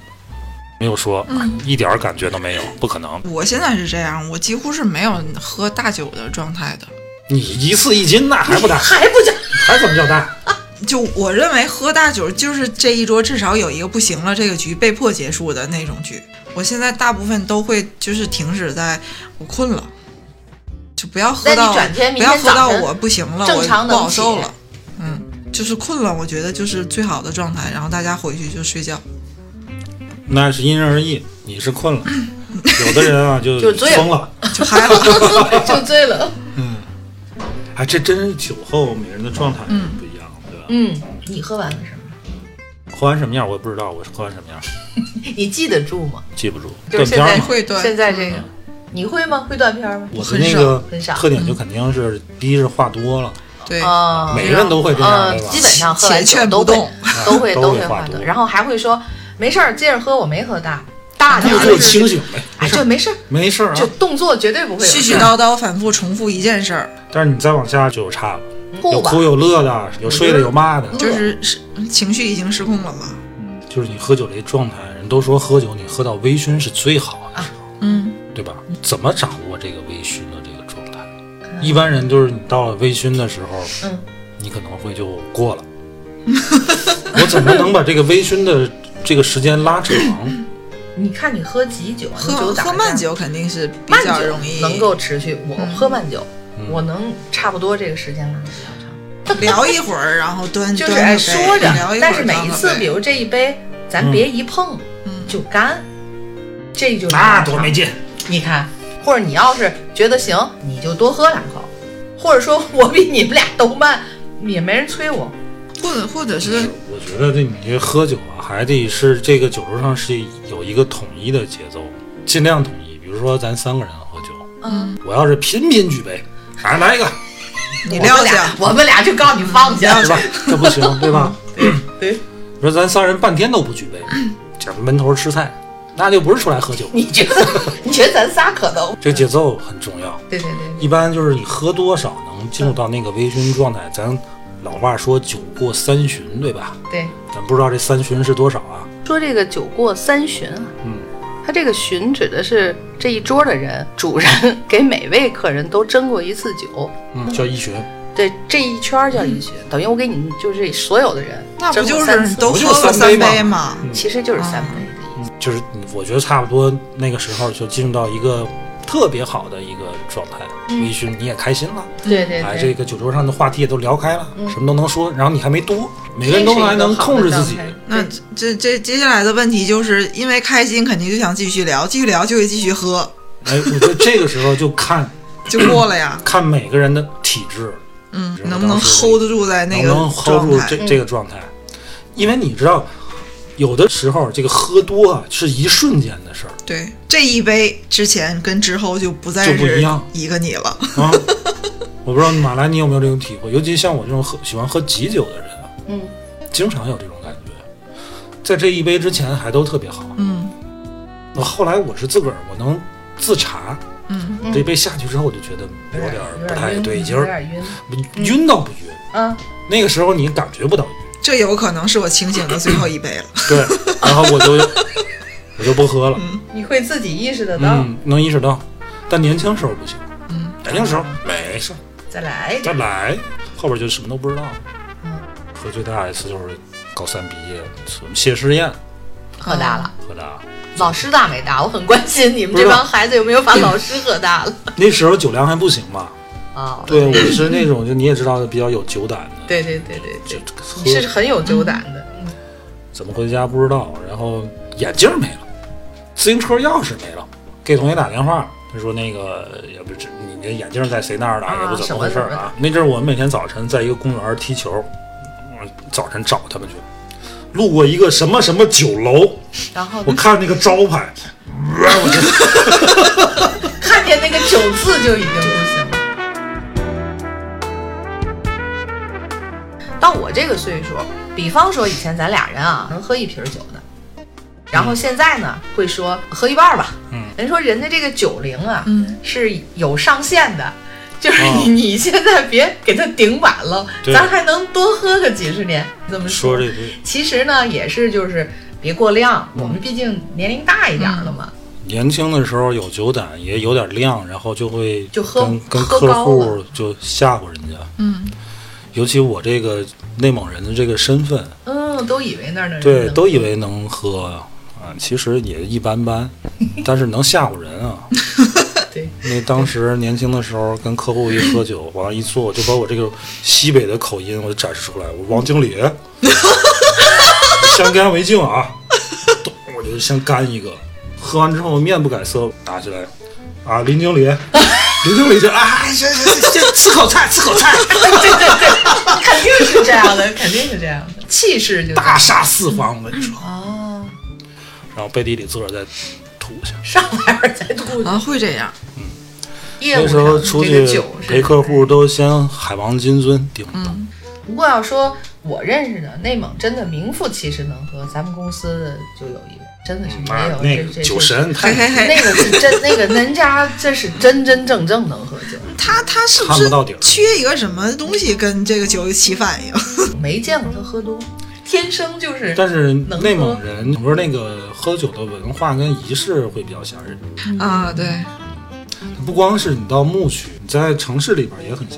A: 没有说、一点儿感觉都没有，不可能。
C: 我现在是这样，我几乎是没有喝大酒的状态的。
A: 你一次一斤那还不大，
B: 还不讲，
A: 还怎么叫大？
C: 就我认为喝大酒就是这一桌至少有一个不行了，这个局被迫结束的那种局。我现在大部分都会就是停止在我困了，就不要喝
B: 那
C: 到
B: 你转天
C: 不
B: 明
C: 要
B: 天
C: 喝
B: 早
C: 到
B: 晨
C: 我不行了，
B: 正常
C: 我不
B: 能
C: 好
B: 起
C: 受了。嗯，就是困了，我觉得就是最好的状态，然后大家回去就睡觉。
A: 那是因人而异，你是困 了，有的人啊就
B: 就是醉了
A: 疯 了。
C: 就嗨了。
B: 就醉了。
A: 哎，这真是酒后每人的状态
C: 嗯
A: 不一样，对吧？
B: 嗯，你喝完了是吗？
A: 喝完什么样我也不知道，我是喝完什么样
B: 你记得住吗？
A: 记不住，
B: 就是
A: 断片儿嘛。
B: 现在
A: 嗯
C: 会断
B: 现在这个，你会吗？会断片儿吗？
A: 我的那个
B: 很少
A: 特点就肯定是，第一是话多了，
C: 对，
B: 啊，
A: 每个人都会这样，
B: 嗯，
A: 对吧
B: 基？本上喝完
C: 且
B: 酒
C: 劝
B: 都
C: 不
B: 会
C: 动
B: 都会
A: 都
B: 都
A: 会
B: 会
A: 话
B: 化毒，
A: 毒
B: 然后还会说没事儿，接着喝，我没喝大，大点
A: 就
B: 儿
A: 是
B: 就是
A: 清醒呗，
B: 哎，就没事儿，
A: 没事儿
B: 就
A: 啊。
B: 动作绝对不会有
C: 絮絮
B: 事儿
C: 叨叨反复重复一件事儿，
A: 但是你再往下就有差了，有
B: 吐吧
A: 哭，有乐的，有睡的，有骂的，
B: 嗯
C: 就是是情绪已经失控了嘛。
A: 就是你喝酒这状态。人都说喝酒你喝到微醺是最好
B: 啊
A: 的时候，
C: 嗯，
A: 对吧？怎么掌握这个微醺的这个状态？一般人就是你到了微醺的时候，
B: 嗯，
A: 你可能会就过了。我怎么能把这个微醺的这个时间 拉长，
B: 你看你喝几酒，你
C: 喝
B: 酒打
C: 喝
B: 架
C: 慢酒肯定是比
B: 慢
C: 较
B: 酒
C: 容易
B: 能够持续。我
C: 嗯
B: 喝慢酒，
A: 嗯
B: 我能差不多这个时间拉的比较长，
C: 聊一会儿，然后端
B: 就是
C: 端
B: 哎
C: 个杯
B: 说着
C: 嗯聊一，会
B: 但
C: 儿
B: 是每
C: 端
B: 一
C: 个
B: 次，
C: 杯
B: 比如这一杯，咱别一碰
C: 嗯
B: 就干，这就是
A: 那
B: 拉
A: 多
B: 长
A: 没劲。
B: 你看，或者你要是觉得行，你就多喝两口，或者说我比你们俩都慢，也没人催我。
C: 或者或者是
B: 嗯
A: 我觉得这你这喝酒啊，还得是这个酒桌上是有一个统一的节奏，尽量统一。比如说咱三个人喝酒，
B: 嗯，
A: 我要是频频举杯，来来一个，
C: 你
B: 我
C: 撂
B: 们俩
C: 下，
B: 我们俩就告你放下
A: 对。吧？这不行，对吧？
B: 对，
A: 你说咱仨人半天都不举杯，这闷头吃菜，那就不是出来喝酒。
B: 你觉得？你觉得咱仨可能？
A: 这个节奏很重要，
B: 对对对，
A: 一般就是你喝多少能进入到那个微醺状态。咱老话说酒过三巡，对吧？
B: 对，
A: 咱不知道这三巡是多少啊？
D: 说这个酒过三巡啊，
A: 嗯，
D: 它这个巡指的是这一桌的人，主人 给每位客人都斟过一次酒。
A: 嗯，叫一巡。
D: 对，这一圈儿叫一巡，等于我给你们就是所有的人
C: 嗯那不
D: 斟
C: 就
D: 过三
C: 是
D: 次，
C: 都
A: 不就
C: 喝了
A: 三杯吗
C: 杯吗？
D: 其实就是三
C: 啊
D: 杯的意思。
A: 就是嗯我觉得差不多那个时候就进入到一个特别好的一个状态，微醺你也开心了，
B: 对对
A: 哎，
B: 对
A: 这，个酒桌上的话题也都聊开了，什么都能说，然后你还没多，每个人
B: 这
A: 都
B: 是一
A: 还能控制自己
B: 好，的状态
C: 那
B: 对
C: 这这接下来的问题就是因为开心，肯定就想继续聊，继续聊就会继续喝，
A: 哎，我觉得这个时候就看。
C: 就过了呀
A: 看每个人的体质，
C: 嗯
A: 这，是
C: 能不能
A: 当时的
C: hold 住在那
A: 能
C: 个
A: 不能 hold
C: 状
A: 住
C: 态？
A: 这这个状态，因为你知道，有的时候这个喝多啊是一瞬间的事儿，
C: 对，这一杯之前跟之后就不再
A: 就不一
C: 是
A: 样
C: 一个你了。
A: 啊，我不知道马来你有没有这种体会，尤其像我这种喝喜欢喝啤酒的人，啊
B: 嗯，
A: 经常有这种感觉，在这一杯之前还都特别好，
C: 嗯
A: 我后来我是自个儿我能自查，
C: 嗯，
B: 嗯
A: 这一杯下去之后我就觉得有点儿不太
B: 晕
A: 对劲
B: 有
A: 儿，
B: 点晕
A: 晕倒不晕，
C: 嗯
B: 啊。
A: 那个时候你感觉不到 晕，
C: 这有可能是我清醒的最后一杯了。
A: 对，然后我就我就不喝了，
C: 嗯
B: 你会自己意识得到，
A: 嗯，能意识到，但年轻时候不行，
C: 嗯，
A: 年轻时候没事儿
B: 再来一
A: 再
B: 点。
A: 来，后边就什么都不知道了
B: 嗯。
A: 喝最大一次就是高三毕业，什么谢师宴
B: 喝大了，
A: 喝大了，
B: 老师大没大？我很关心你们
A: 不知
B: 这
A: 道
B: 帮孩子有没有把老师喝大了
A: 那时候酒量还不行嘛，
B: 啊？
A: 对，我是那种就你也知道的比较有酒胆的，
B: 对对对对
A: 就
B: 对，
A: 喝
B: 你是很有酒胆的。嗯
A: 怎么回家不知道，然后眼镜儿没了，自行车钥匙没了，给同学打电话，他说那个也不是你这眼镜在谁那儿了，
B: 啊
A: 也不怎么回事儿
B: 什么什
A: 啊。那阵儿我们每天早晨在一个公园儿踢球，我早晨找他们去，路过一个什么什么酒楼，
B: 然后
A: 我看那个招牌，
B: 看见那个酒字就已经不行了。到我这个岁数，比方说以前咱俩人啊能喝一瓶酒的，然后现在呢会说喝一半儿吧。
A: 嗯，
B: 人说人家这个酒龄啊，
C: 嗯，
B: 是有上限的。就是
A: 哦
B: 你，你现在别给它顶满了，
A: 对
B: 咱还能多喝个几十年。这么
A: 说这个嗯
B: 其实呢，也是就是别过量。我们毕竟年龄大一点儿了嘛，
A: 年轻的时候有酒胆，也有点量，然后就会
B: 就喝
A: 跟跟
B: 喝
A: 客
B: 高
A: 户
B: 了
A: 就吓唬人家。
C: 嗯，
A: 尤其我这个内蒙人的这个身份，
B: 嗯，都以为那儿能
A: 对，都以为能喝啊，其实也一般般，但是能吓唬人啊。
B: 对，
A: 因为当时年轻的时候跟客户一喝酒，往那一坐，我就把我这个西北的口音我就展示出来，我王 经理，先干为敬啊，咚我就先干一个，喝完之后面不改色，打起来，啊，林 经理，林经理就啊，这这这吃口菜，吃口菜，
B: 对对对，肯定是这样 的，肯定是这样的，气势就
A: 大杀四方，我跟你说，
B: 哦，
A: 然后背地里自个儿再吐一下。
B: 上来儿再吐
C: 啊，会这样。
B: 业务
A: 那时候出
B: 这
A: 去
B: 个酒是
A: 陪客户都先海王金樽顶着，
C: 嗯，
B: 不过要说我认识的内蒙真的名副其实能喝，咱们公司就有一位，真的是
A: 妈
B: 没
A: 嗯那
B: 有这
A: 个
B: 这
A: 酒
B: 这
A: 神
C: 嘿嘿
A: 太
C: 嘿，
B: 那个是真， 那个人家这是真真正正能喝酒，
C: 他他是不
A: 看不到底
C: 是
A: 儿
C: 缺一个什么东西跟这个酒起反应？
B: 没见过他喝多，天生就是
A: 但是
B: 能
A: 内蒙
B: 喝
A: 人，整个那个喝酒的文化跟仪式会比较吓人，
C: 啊，对，
A: 不光是你到牧区，你在城市里边也很吓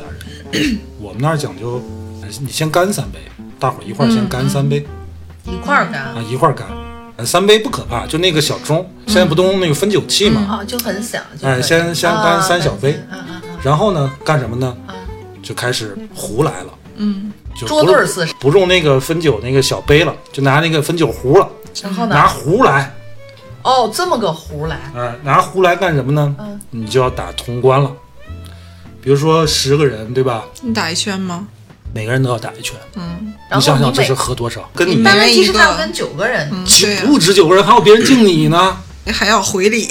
A: 人。我们那儿讲究，呃你先干三杯，大伙儿一块儿先干三杯、
B: 一块儿干
A: 啊，一块儿干，三杯不可怕，就那个小盅，现在不都用那个分酒器嘛？
B: 啊，就很响，就
A: 哎，
B: 很
A: 先先
B: 啊
A: 干三小杯，
B: 嗯嗯嗯
A: 然后呢，干什么呢？
B: 嗯
A: 就开始壶来了，嗯，就
B: 桌
A: 不
B: 对儿
A: 用
B: 姿势
A: 不用那个分酒那个小杯了，就拿那个分酒壶了，
B: 然后
A: 拿
B: 呢？
A: 壶来，
B: 哦，这么个壶来，
A: 嗯、拿壶来干什么呢？
B: 嗯
A: 你就要打通关了。比如说十个人，对吧？
C: 你打一圈吗？
A: 每个人都要打一圈，
C: 嗯
B: 然
A: 你
B: 后
A: 想
B: 你
A: 想这
B: 每啊
A: 是喝多少？跟你
C: 嗯
B: 但问题
C: 一
B: 是
C: 个
B: 他要跟九个人，
C: 嗯，
A: 敬
C: 对呀、
A: 不止九个人，还有别人敬你呢。
C: 还要回礼，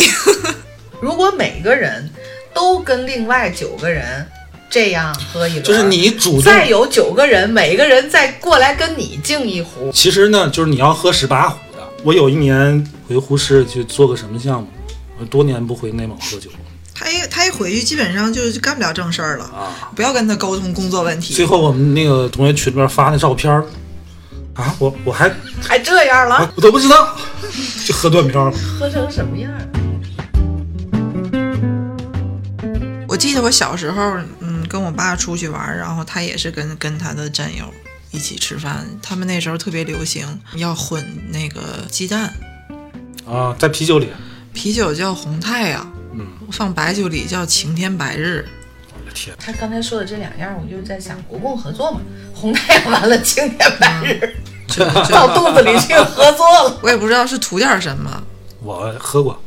B: 如果每个人都跟另外九个人这样喝一轮，
A: 就是你主动
B: 再有九个人，每个人再过来跟你敬一壶，
A: 其实呢，就是你要喝十八壶的。我有一年回呼市去做个什么项目，我多年不回内蒙喝酒
C: 他一他一回去基本上就就干不了正事儿了。
A: 啊。
C: 不要跟他沟通工作问
A: 最
C: 题，
A: 后我们那个同学群里边发那照片儿啊，我我还
B: 还这样了，
A: 我都不知道， 就喝断片儿了。
B: 喝成什么样儿？
C: 我记得我小时候，嗯，跟我爸出去玩儿，然后他也是跟跟他的战友一起吃饭。他们那时候特别流行要混那个鸡蛋，
A: 啊，在啤酒里，
C: 啤酒叫红太呀、
A: 嗯，
C: 放白酒里叫晴天白日。
A: 我的天，
B: 他刚才说的这两样儿，我就在想国共合作嘛，红太阳完了，青天白日，
A: 嗯
C: 就就
B: 到肚子里去合作了。
C: 我也不知道是图点儿什么，
A: 我喝过，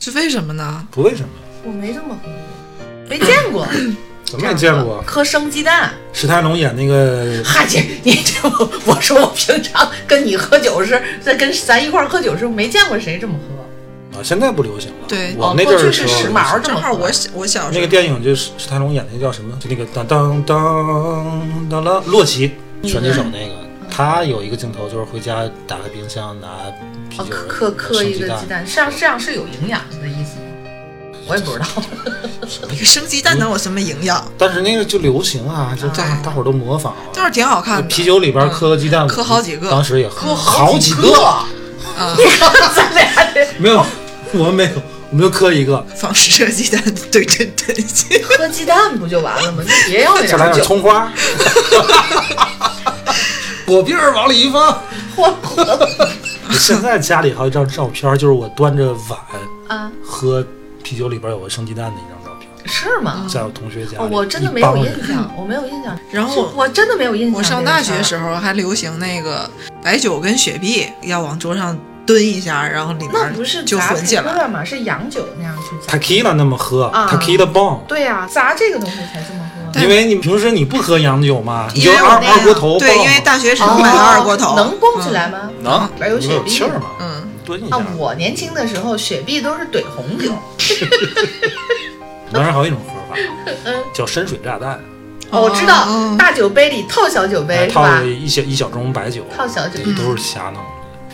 C: 是为什么呢？
A: 不为什么，
B: 我没这么喝过，没见过，
A: 嗯 怎么也见过。
B: 磕生鸡蛋。
A: 史泰龙演那个
B: 哈姐，你这我我说我平常跟你喝酒是在跟咱一块儿喝酒时候没见过谁这么喝，
A: 啊，现在不流行了。
C: 对
A: 我
B: 哦
A: 那阵儿
B: 过去
A: 的
B: 是
A: 时候
B: 时髦儿这
C: 正
B: 么
C: 好
B: 喝
C: 我小我小时
A: 那
C: 候
A: 个电影就是史泰龙演的那叫什么？就那个当当当当当，洛奇拳击手那个，他有一个镜头就是回家打开冰箱拿啤
B: 哦，
A: 酒
B: 磕磕
A: 生
B: 一个鸡
A: 蛋，
B: 蛋，这样这样是有营养的意思吗？我也不知道，
C: 那个生鸡蛋能有什么营养？
A: 但是那个就流行啊，就大
C: 对
A: 大伙儿都模仿啊。
C: 倒是挺好看的。
A: 啤酒里边
C: 嗯
A: 磕个鸡蛋，
C: 磕好几个
A: 当时也喝好
B: 好
A: 几
B: 个，
A: 个，
C: 啊，
B: 咱俩这
A: 没有，我们没有，我们就磕一个，
C: 放十个鸡蛋对对对，
B: 喝鸡蛋不就完了吗？你别要那
A: 再来
B: 点
A: 点
B: 酒，
A: 葱花， 果篦儿往里一放。
B: 嚯嚯
A: 现在家里还有一张照片，就是我端着碗
B: 啊，
A: 喝啤酒里边有个生鸡蛋的一张照片，
B: 是吗？
A: 在我同学家
B: 哦
A: 里。
B: 我真的没有印象，我没有印象。
C: 然后
B: 是我真的没有印象。
C: 我上大学
B: 时
C: 时候还流行那个白酒跟雪碧，要往桌上蹲一下，然后里
B: 那不是
C: 面就
B: 砸
C: 混
B: 可
C: 起来。
B: 乐吗？是洋酒那样去砸。
A: Tequila 那么喝
B: 啊
A: ，Tequila 棒，
B: 对呀、砸这个东西才这么喝。
C: 对
A: 因为你平时你不喝洋酒嘛，你
C: 因
A: 就
C: 为我
A: 二
C: 那
A: 二
C: 个
A: 锅头
C: 对，
A: 棒
C: 因为大学时候买的二锅头
B: 哦能蹦起。来吗？啊
A: 能
B: 来有
A: 不是
B: 雪
A: 有
B: 碧
A: 气儿嘛，
C: 嗯，
A: 蹲一下
B: 啊。，我年轻的时候雪碧都是怼红酒。
A: 当然还有一种喝 法
B: 嗯
A: 叫深水炸弹，
B: 哦，我知道
C: 哦，
B: 大酒杯里套小酒
A: 哎
B: 杯是
A: 套
B: 吧？
A: 一小一小盅白酒，
B: 套小酒
A: 这都是瞎弄。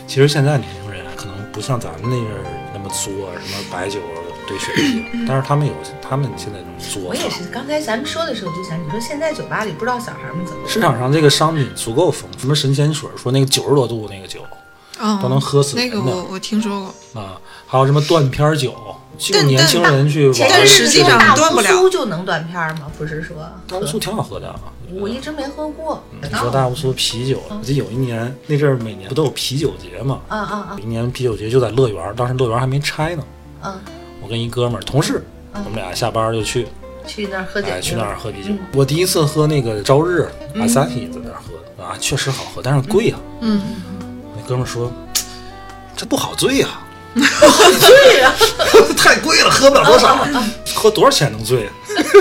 A: 其实现在年轻人啊，可能不像咱们那阵儿那么作，什么白酒兑雪 碧，但是他们有他们现在这种作
B: 我
A: 法
B: 也。是，刚才咱们说的时候就想，你说现在酒吧里不知道小孩们怎么
A: 市场上这个商品足够丰富，什么神仙水，说那个九十多度那个酒
C: 嗯
A: 都能喝死人
C: 那
A: 的
C: 个我我听说过，
A: 啊，还有什么断片儿酒，就
C: 但
A: 年轻人去玩
B: 前
A: 儿。
B: 阵
C: 但
B: 子
C: 实际
B: 那
C: 上
B: 个大
C: 断
B: 乌
C: 不了
B: 苏就能断片儿吗？不是说
A: 大乌苏挺好喝的啊。
B: 我一直嗯没喝过。
A: 嗯你说大乌苏啤酒，我记得有一年那阵儿每年不都有啤酒节嘛？
B: 啊啊
A: 有一年啤酒节就在乐园儿，当时乐园儿还没拆呢。
B: 啊啊！
A: 我跟一哥们儿同事，我们俩下班儿就去，
B: 去那儿喝酒
A: 哎，去那儿喝啤酒
B: 嗯。
A: 我第一次喝那个朝日阿萨提在那儿喝啊，确实好喝，但是贵啊。
C: 嗯，
A: 那哥们儿说，这不好醉啊，
B: 对呀，
A: 太贵了，喝不了多少，喝多少钱能醉啊？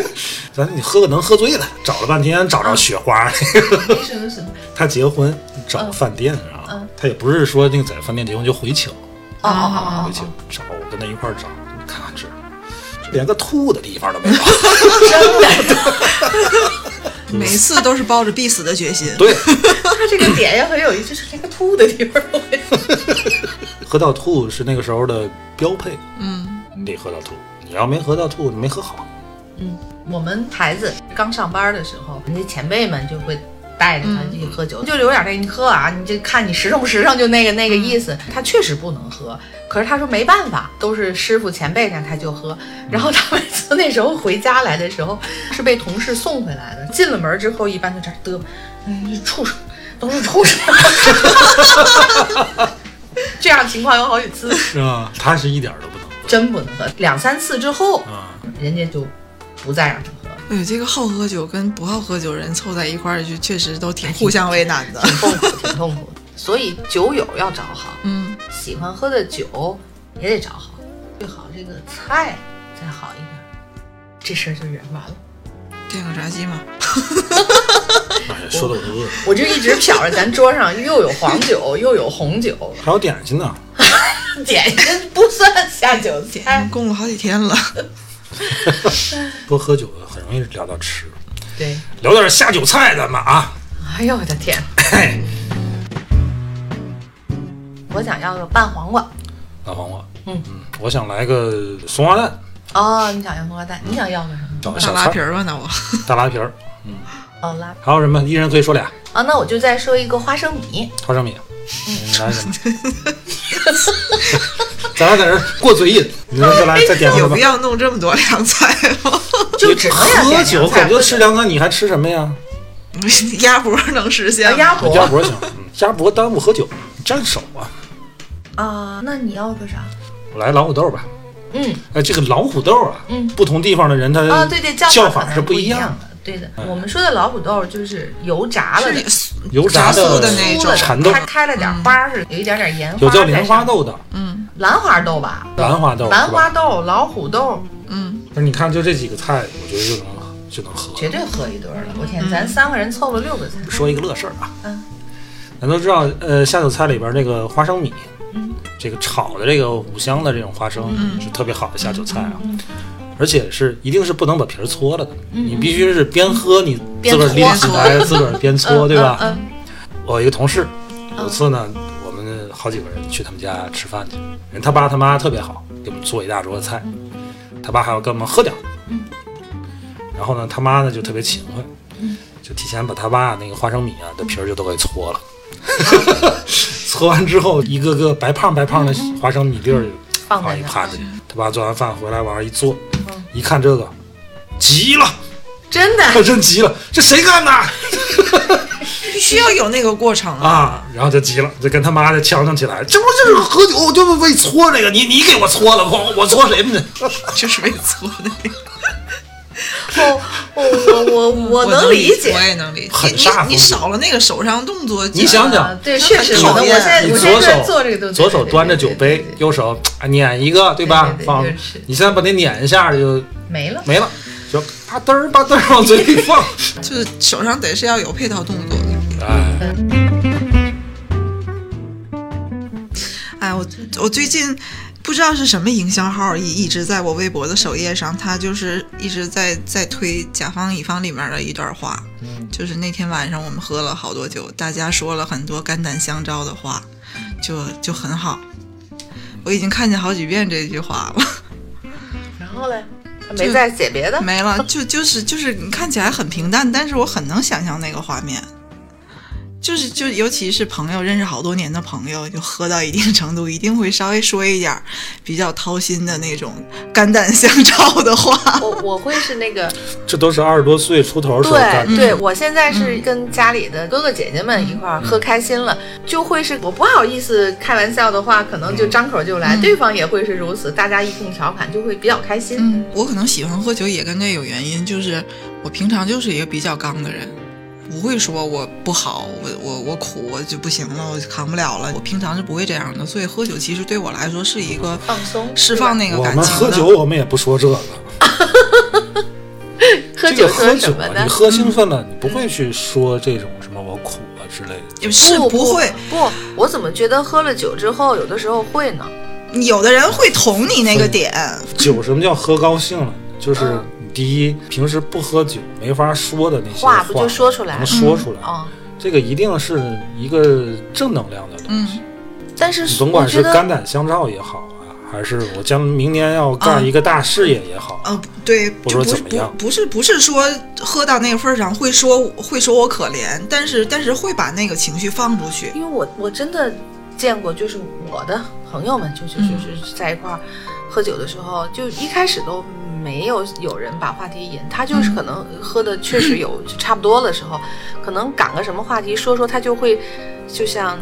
A: 咱你喝个能喝醉的，找了半天找着雪花，
B: 那时候什么？
A: 他结婚找饭店啊，
B: 嗯
A: 他也不是说那个在饭店结婚就回请，啊
B: 哦哦哦
A: 回请找我跟他一块儿找，你看看这，这连个吐的地方都没有。
C: 每次都是抱着必死的决心。
A: 对，
B: 哦，他这个点也很有意思，就是连个吐的地方都没有。
A: 喝到吐是那个时候的标配，
C: 嗯，
A: 你得喝到吐，你要没喝到吐，你没喝好。
B: 我们孩子刚上班的时候，人家前辈们就会带着他去喝酒，就留点儿给你喝啊，你这看你实诚不实诚，就那个那个意思。他确实不能喝，可是他说没办法，都是师傅前辈让他就喝。然后他每次那时候回家来的时候，是被同事送回来的。进了门之后，一哎般就这儿嘚吧，嗯，畜生，都是畜生。 这样情况有好几次，
A: 是吧？他是一点儿都不能
B: 真不能喝。两三次之后，
A: 啊，
B: 人家就不再让他喝了。
C: 对，这个好喝酒跟不好喝酒人凑在一块儿，就确实都挺互相为难的。
B: 痛苦，挺痛苦的。所以酒友要找好，
C: 嗯，
B: 喜欢喝的酒也得找好，最好这个菜再好一点，这事儿就圆完了。
C: 电烤炸鸡嘛，
A: 哎，说的我都饿了。
B: 我就一直瞟着咱桌上又有黄酒又有红酒，
A: 还有点心呢，
B: 点心不算下酒
C: 点
B: 菜。
C: 供了好几天了。
A: 多喝酒很容易聊到吃，
B: 对，
A: 聊点下酒菜咱们啊。
B: 哎呦我的天，
A: 嘿，
B: 我想要个拌黄瓜。
A: 大黄瓜，
B: 嗯
A: 嗯，我想来个松花蛋，
B: 哦，你想要黄瓜蛋，你想要个什么？
A: 找
C: 大
A: 小
C: 拉
A: 菜
C: 皮，儿吧，那我
A: 大拉皮儿，
B: 哦，拉
A: 还有什么？一人可以说俩，
B: 啊，那我就再说一个花生米。
A: 花生米，
B: 嗯
A: 你 来什么？咱俩在这儿过嘴瘾，你说再来再点什
C: 有
A: 么
C: 必？要弄这么多凉菜吗？
B: 就只能俩
A: 喝
B: 点
A: 酒
B: 凉
A: 可
B: 菜
A: 不就吃凉菜，你还吃什么呀？
C: 鸭脖能实现
B: 啊
C: 吗？
B: 鸭
A: 鸭
B: 脖
A: 脖 行，嗯鸭脖耽误喝酒，沾手啊。
B: 啊，那你要个啥？
A: 我来老虎豆吧。
B: 嗯，
A: 哎，这个老虎豆啊，
B: 嗯
A: 不同地方的人他
B: 啊，对对，
A: 呃叫
B: 法可能
A: 是
B: 不
A: 一
B: 样
A: 样，嗯
B: 的。对的，我们说的老虎豆就是油炸了的，
C: 是
A: 油炸
C: 炸酥
A: 的
C: 的那
B: 酥
C: 种
B: 的
A: 蚕豆
B: 它开了点花儿，是有一点点盐花
A: 有
B: 在
A: 叫
B: 上面。
A: 莲花豆的，
C: 嗯
B: 兰花豆吧？
A: 兰花豆，
B: 兰
A: 是吧
B: 花豆、老虎豆，
C: 嗯，
A: 不是，你看就这几个菜，我觉得就能就能喝。
B: 绝对喝一顿了。我天，咱三个人凑了六个菜，
A: 说一个乐事儿啊，
B: 嗯，
A: 咱都知道，呃，下酒菜里边那个花生米，
B: 嗯，
A: 这个炒的这个五香的这种花生、
C: 嗯
A: 是特别好的下酒菜啊，
B: 嗯
A: 而且是一定是不能把皮儿搓了的，
B: 嗯
A: 你必须是边喝你自
B: 边
A: 个儿拎
B: 搓
A: 起来，自个儿边搓，对吧？
B: 嗯，嗯
A: 我有一个同事，有一次呢，我们好几个人去他们家吃饭去，人他爸他妈特别好，给我们做一大桌子菜，他爸还要跟我们喝点儿
B: 嗯
A: 然后呢，他妈呢就特别勤快，
B: 嗯
A: 就提前把他爸那个花生米啊的皮儿就都给搓 了，搓完之后一个个白胖白胖的花生米粒儿就
B: 嗯放在
A: 一
B: 那儿
A: 盘子里，他爸做完饭回来往上一坐
B: 嗯，
A: 一看这个，急了，
B: 真的
A: 他真急了，这谁干的？
C: 必须要有那个过程啊。
A: 啊，然后就急了，就跟他妈就呛呛起来，这不就是喝酒就是为搓这个，你你给我搓了，我我搓谁呢？
C: 就是为搓的那个，
B: 我我我我嗯我能理解
C: 我。也能理解。
A: 很
C: 你
A: 煞风
C: 你
A: 景
C: 你少了那个手上动作，
A: 你想想
B: 啊对，确实，我能
C: 讨
B: 我
C: 厌
B: 现在
A: 你
B: 我现
A: 左
B: 在做这个
A: 手
B: 动
A: 左
B: 作，
A: 手端着酒
B: 对
A: 杯
B: 对对，对
A: 右手啊捻一个，对吧
B: 对对？对
A: 放
B: 就是，
A: 你现在把那捻一下就
B: 没了。
A: 没了，就吧嘚儿吧嘚儿往嘴里 放。
C: 就是手上得是要有配套动作的。
A: 哎，
C: 哎，我我最近不知道是什么营销号一一直在我微博的首页上，他就是一直在在推《甲方乙方》里面的一段话，
A: 嗯
C: 就是那天晚上我们喝了好多酒，大家说了很多肝胆相照的话，就就很好。我已经看见好几遍这句话了，
B: 然后嘞，没再写别 的。
C: 没了，就就是就是你看起来很平淡，但是我很能想象那个画面。就是就尤其是朋友，认识好多年的朋友，就喝到一定程度，一定会稍微说一点儿比较掏心的那种肝胆相照的话。
B: 我我会是那个
A: 这都是二十多岁出头时候干的
C: 嗯
B: 对对，我现在是跟家里的哥哥姐姐们一块
A: 嗯
B: 儿喝开心了，就会是我不好意思开玩笑的话，可能就张口就来，
C: 嗯
B: 对方也会是如此，大家一通调侃就会比较开心。
C: 嗯，我可能喜欢喝酒也跟这有原因，就是我平常就是一个比较刚的人，不会说我不好，我我我苦，我就不行了，我扛不了了。我平常是不会这样的，所以喝酒其实对我来说是一个
B: 放松
C: 释放那个
A: 我
C: 感
A: 们
C: 情
A: 喝
C: 的
A: 酒，我们也不说这个。
B: 喝
A: 这
B: 酒
A: 个喝
B: 喝什
A: 酒
B: 么嗯
A: 啊，
B: 呢
A: 你？喝兴奋了，你不会去说这种什么我苦啊之类的。
C: 也是
B: 不
C: 不会。
B: 不，我怎么觉得喝了酒之后，有的时候会呢？
C: 有的人会捅你那个点，
A: 酒什么叫喝高兴了？就是
B: 嗯
A: 你第一，平时不喝酒没法说的那些
B: 话不就说出来
A: 能说出来？
B: 啊、
A: 这个一定是一个正能量的东西，
B: 但是
A: 你甭
B: 我
A: 管
B: 觉
A: 是肝
B: 得
A: 胆相照也好啊，还是我将明年
B: 啊
A: 要干一个大事业也好，啊
C: 呃，对，
A: 不说
C: 就不是
A: 怎么样
C: 不不是不是说喝到那个份儿上会说会说我可怜，但是但是会把那个情绪放出去。
B: 因为我我真的见过，就是我的朋友们，就是
C: 嗯
B: 就是在一块儿喝酒的时候，就一开始都没有有人把话题引，他就是
C: 嗯
B: 可能喝的确实 有就差不多的时候，可能赶个什么话题说说，他就会就像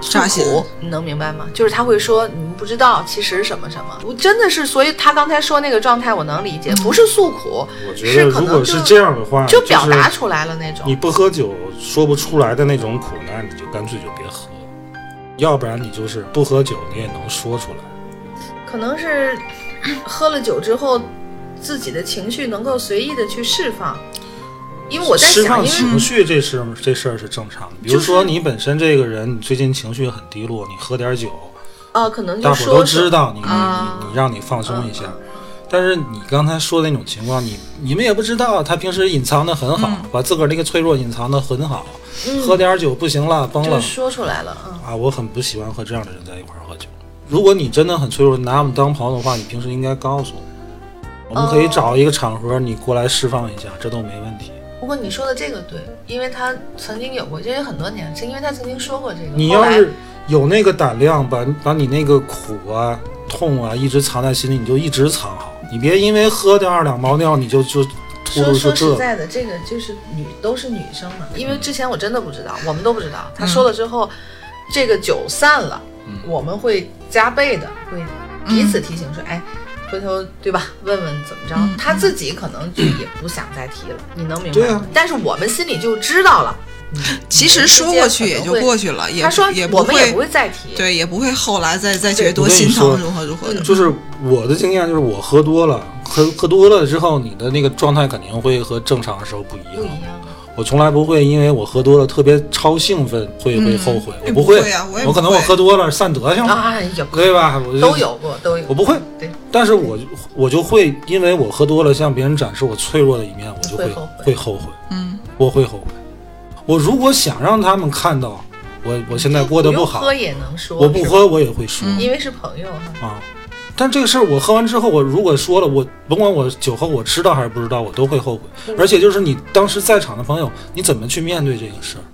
C: 扎心
B: 诉苦，你能明白吗？就是他会说你们不知道，其实什么什么，我真的是，所以他刚才说那个状态，我能理解，
C: 嗯
B: 不是诉苦，
A: 我觉得
B: 是可
A: 如
B: 能
A: 果
B: 就是
A: 这样的话，
B: 就是表达出来了那种
A: 你。不喝酒说不出来的那种苦，那你就干脆就别喝，要不然你就是不喝酒你也能说出来。
B: 可能是喝了酒之后，自己的情绪能够随意的去释放。因为我在
A: 释
B: 想，
A: 放
B: 因为
A: 情绪这事儿这事儿是正常的，比如说你本身这个人，你最近情绪很低落，你喝点酒，
B: 啊，可能就
A: 大伙儿
B: 说
A: 都
B: 是
A: 知道你你
B: 啊
A: 你你让你放松一下。但是你刚才说的那种情况，你你们也不知道，他平时隐藏的很好，
B: 嗯
A: 把自个儿那个脆弱隐藏的很好，喝点酒不行了，崩
B: 就
A: 了
B: 嗯是说出来了，嗯，
A: 啊！我很不喜欢和这样的人在一块儿喝酒。如果你真的很脆弱，拿我们当朋友的话，你平时应该告诉我们，我们可以
B: 哦
A: 找一个场合你过来释放一下，这都没问题。
B: 不过你说的这个对，因为他曾经有过，这也很多年，是因为他曾经说过这个。
A: 你
B: 后
A: 要
B: 来
A: 是有那个胆量，把把你那个苦啊、痛啊一直藏在心里，你就一直藏好，你别因为喝掉二两毛尿你就就秃
B: 说
A: 噜说
B: 说实
A: 这。
B: 在的，这个就是女都是女生嘛，因
C: 嗯
B: 为之前我真的不知道，我们都不知道。他说了之后，这个酒散了，
C: 嗯
B: 我们会加倍的会彼此提醒说，哎。回头对吧？问问怎么着，
C: 嗯
B: 他自己可能就也不想再提了，你能明白？
A: 对
B: 吗？
A: 啊
B: 但是我们心里就知道了。
C: 其
B: 嗯
C: 实说过去也就过去了，也
B: 他说
C: 也
B: 我
C: 不
B: 们也不
C: 会
B: 会再提。
C: 对，也不会后来再再觉得多
A: 我跟你
C: 心
A: 说
C: 疼，如何如何的。
A: 就是我的经验，就是我喝多了，喝喝多了之后，你的那个状态肯定会和正常的时候不一
B: 不一
A: 样。
B: 样，
A: 我从来不会因为我喝多了特别超兴奋，会会
C: 嗯
A: 后悔，
C: 哎
A: 我
C: 不
A: 会。
C: 会啊我也
A: 可能
C: 不
A: 我
C: 会
A: 喝多了散德
C: 嗯
A: 行了，
B: 哎呀，
A: 对吧？我就
B: 都有过，都有
A: 我。不会，
B: 对，
A: 但是我我就会因为我喝多了向别人展示我脆弱的一面，我就
B: 会后悔
A: 会后悔，
C: 嗯，
A: 我会后悔。我如果想让他们看到我我现在过得
B: 不用
A: 好
B: 喝，也能说。
A: 我不
B: 是吧，
A: 喝我也会说、
C: 嗯
B: 因为是朋友哈。
A: 啊。但这个事儿我喝完之后，我如果说了，我甭管我酒后我知道还是不知道，我都会后悔。
B: 嗯
A: 而且就是你当时在场的朋友，你怎么去面对这个事儿？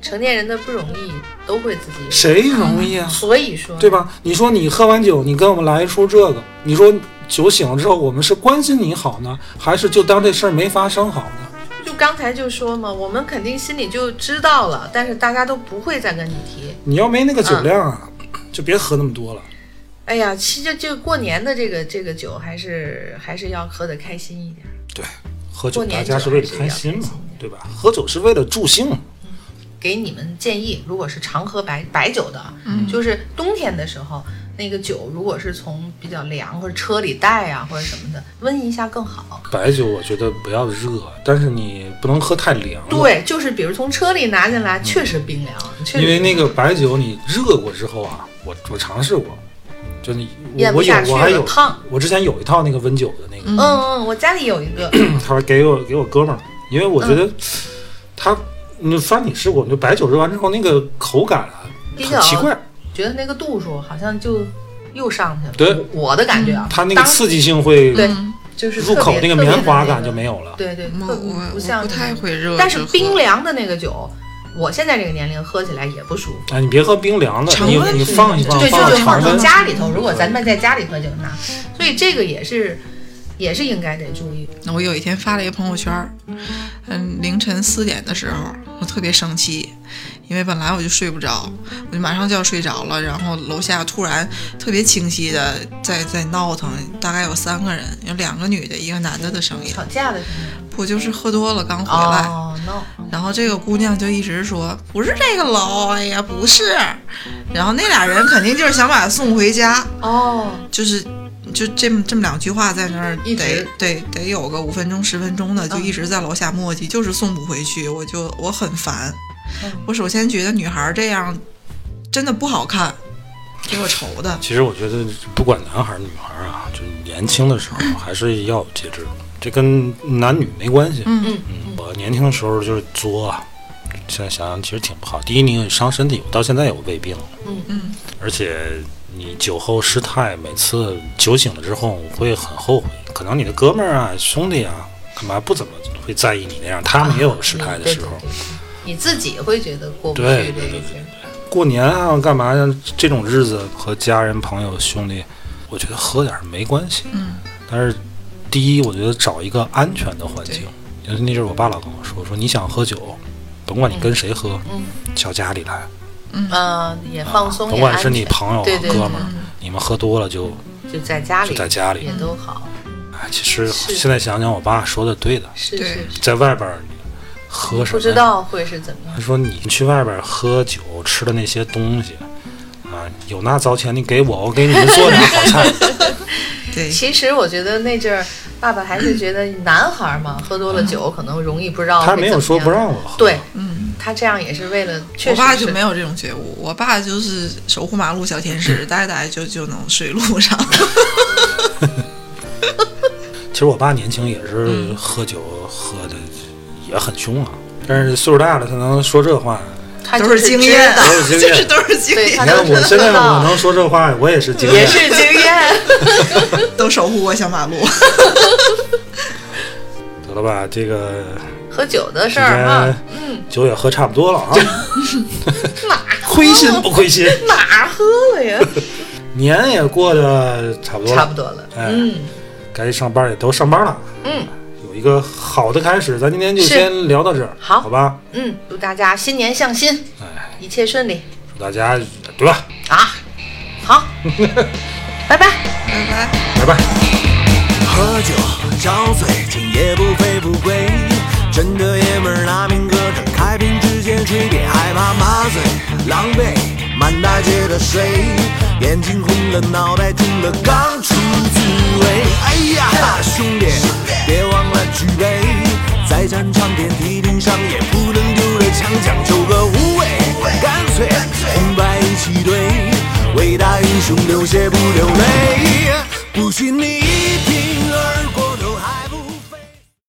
B: 成年人的不容易都会自己有
A: 谁容易啊？
B: 所以说，
A: 对？吧？你说你喝完酒，你跟我们来一出这个，你说酒醒了之后，我们是关心你好呢，还是就当这事儿没发生好呢？
B: 就刚才就说嘛，我们肯定心里就知道了，但是大家都不会再跟你提。
A: 你要没那个酒量啊，就别喝那么多了。
B: 哎呀，其实就过年的这个这个酒，还是还是要喝得开心一点。
A: 对，喝酒
B: 过年
A: 大家
B: 酒
A: 是为
B: 还
A: 了
B: 是
A: 开
B: 要
A: 心
B: 开
A: 嘛
B: 心，
A: 对吧？喝酒是为了助兴，
B: 给你们建议，如果是常喝白白酒的，就是冬天的时候，那个酒如果是从比较凉或者车里带啊或者什么的，温一下更好。
A: 白酒我觉得不要热，但是你不能喝太凉。，
B: 对，就是比如从车里拿进来，确实冰凉，确实
A: 因为那个白酒你热过之后啊，我我尝试过，就你
B: 咽
A: 我
B: 不
A: 我有
B: 下去
A: 我还
B: 了
A: 有，
B: 烫。
A: 我之前有一套那个温酒的那个。
B: 嗯嗯，我家里有一个，
A: 他说给我给我哥们儿，因为我觉
B: 嗯
A: 得他，你反正你试过，就白酒热完之后那个口感啊，
B: 比较
A: 很奇怪，
B: 觉得那个度数好像就又上去了。
A: 对
B: 我我的感觉啊，
A: 它那个
B: 当时
A: 刺激性会
B: 对，就是
A: 入口
B: 特
A: 那
B: 别
A: 个棉花感就没。有了。
B: 特别的那个对对，
C: 我
B: 特
C: 我
B: 嗯不
C: 我
B: 像
C: 不太会热，
B: 但是冰。凉的那个酒，我现在这个年龄喝起来也不舒服。
A: 哎，你别喝冰凉的，
C: 常
A: 你
C: 温
A: 你
C: 是
A: 放一
C: 这
A: 放，
B: 对，就
A: 放
B: 是
A: 常
B: 放
A: 温
B: 成。家里头。如果咱们在家里喝酒呢，所以这个也是也是应该得注意。
C: 那我有一天发了一个朋友圈儿，嗯，凌晨四点的时候，我特别生气，因为本来我就睡不着，我就马上就要睡着了，然后楼下突然特别清晰的在在闹腾，大概有三个人，有两个女的，一个男的的声音。
B: 吵架的时候，
C: 我就是喝多了刚回来，
B: 哦，no，
C: 然后这个姑娘就一直说不是这个楼，哎呀不是，然后那俩人肯定就是想把她送回家，
B: 哦，
C: 就是就这么这么两句话在那儿
B: 一
C: 得
B: 直
C: 得得有个五分钟十分钟的，就
B: 嗯
C: 一直在楼下磨叽，就是送不回去，我就我很烦
B: 嗯。
C: 我首先觉得女孩这样真的不好看，给我愁的。
A: 其实我觉得，不管男孩儿女孩儿啊，就年轻的时候还是要有节制，这跟男女没关系。
C: 嗯
B: 嗯
A: 嗯，我年轻的时候就是作啊，现在想想其实挺不好。第一，你很伤身体，我到现在有胃病。
C: 嗯，
A: 而且你酒后失态，每次酒醒了之后，我会很后悔。可能你的哥们儿啊、兄弟啊，干嘛不怎么会在意你那样？他们也有失态的时候。
B: 嗯对，对对你自己会觉得过不
A: 对
B: 去这
A: 对对
B: 个劲儿。
A: 过年啊，干嘛呀？这种日子和家人、朋友、兄弟，我觉得喝点儿没关系。
C: 嗯。
A: 但是，第一，我觉得找一个安全的环境。就是那阵儿，我爸老跟我说，说你想喝酒，甭管你跟谁喝，
B: 嗯
A: 叫家里来，
B: 嗯，也放松，
A: 甭
B: 也安
A: 管
B: 全，
A: 是你朋友啊、
B: 对对
A: 哥们儿，你们喝多了就
B: 就在家里，
A: 就在家里
B: 也。
C: 嗯
B: 都好，
A: 哎，其实
B: 是
A: 现在想想，我爸说的对的，
B: 是
C: 对
B: 是是，
A: 在外边儿喝什么？
B: 不知。道会是怎么样，
A: 他说你去外边儿喝酒吃的那些东西，啊，有那糟钱你给我，我给你们做点好菜。嗯
C: 对，
B: 其实我觉得那 阵儿，爸爸还是觉得男孩儿嘛，喝多了酒可能容易不知道。
A: 嗯他没有说不。让我喝，
B: 对，
C: 嗯，
B: 他这样也是为了，确
C: 我
B: 实
C: 爸
B: 是
C: 就没有这种觉悟，我爸就是守护马路小 天使，呆呆就就能睡路上。
A: 其实我爸年轻也是喝酒喝的也很凶啊，但是岁数大了，他能说这话，
B: 他
C: 都
B: 就是
C: 经
B: 知
C: 验
B: 道
A: 都是
C: 就
A: 经验
C: 是都是经
B: 对
C: 验，
A: 你
B: 他
A: 看
B: 都
A: 我现在
B: 知道
A: 我能说这话，我也是经
B: 也
A: 验。
B: 是经验。
C: 都守护过小马路。
A: 得了吧，这个
B: 喝酒的事
A: 今
B: 儿
A: 天
B: 哈，
A: 酒也喝差不多了啊，
B: 哪
A: 亏心不亏心？
B: 哪儿喝 了呀？
A: 年也过得差不多
B: 差不
A: 了，
B: 多了，
A: 哎
B: 嗯，
A: 该上班也都上班了。
B: 嗯，
A: 有一个好的开始，咱今天就是先聊到这儿，
B: 好
A: 好吧？
B: 嗯，祝大家新年向新，
A: 哎
B: 一切顺利
A: 祝大家对吧？
B: 啊！ 好，拜拜。
C: 拜拜。
A: 拜拜。
E: 喝酒找醉，今夜不醉不归。真的爷们儿拿命搁着，开瓶直接吹，别害怕麻醉，狼狈满大街的睡，眼睛红了，脑袋进了，刚出滋味。哎呀，兄弟，别忘了举杯，在战场遍体鳞伤也不能丢了枪，讲究个无畏，干脆红白一起堆，伟大英雄流血不流。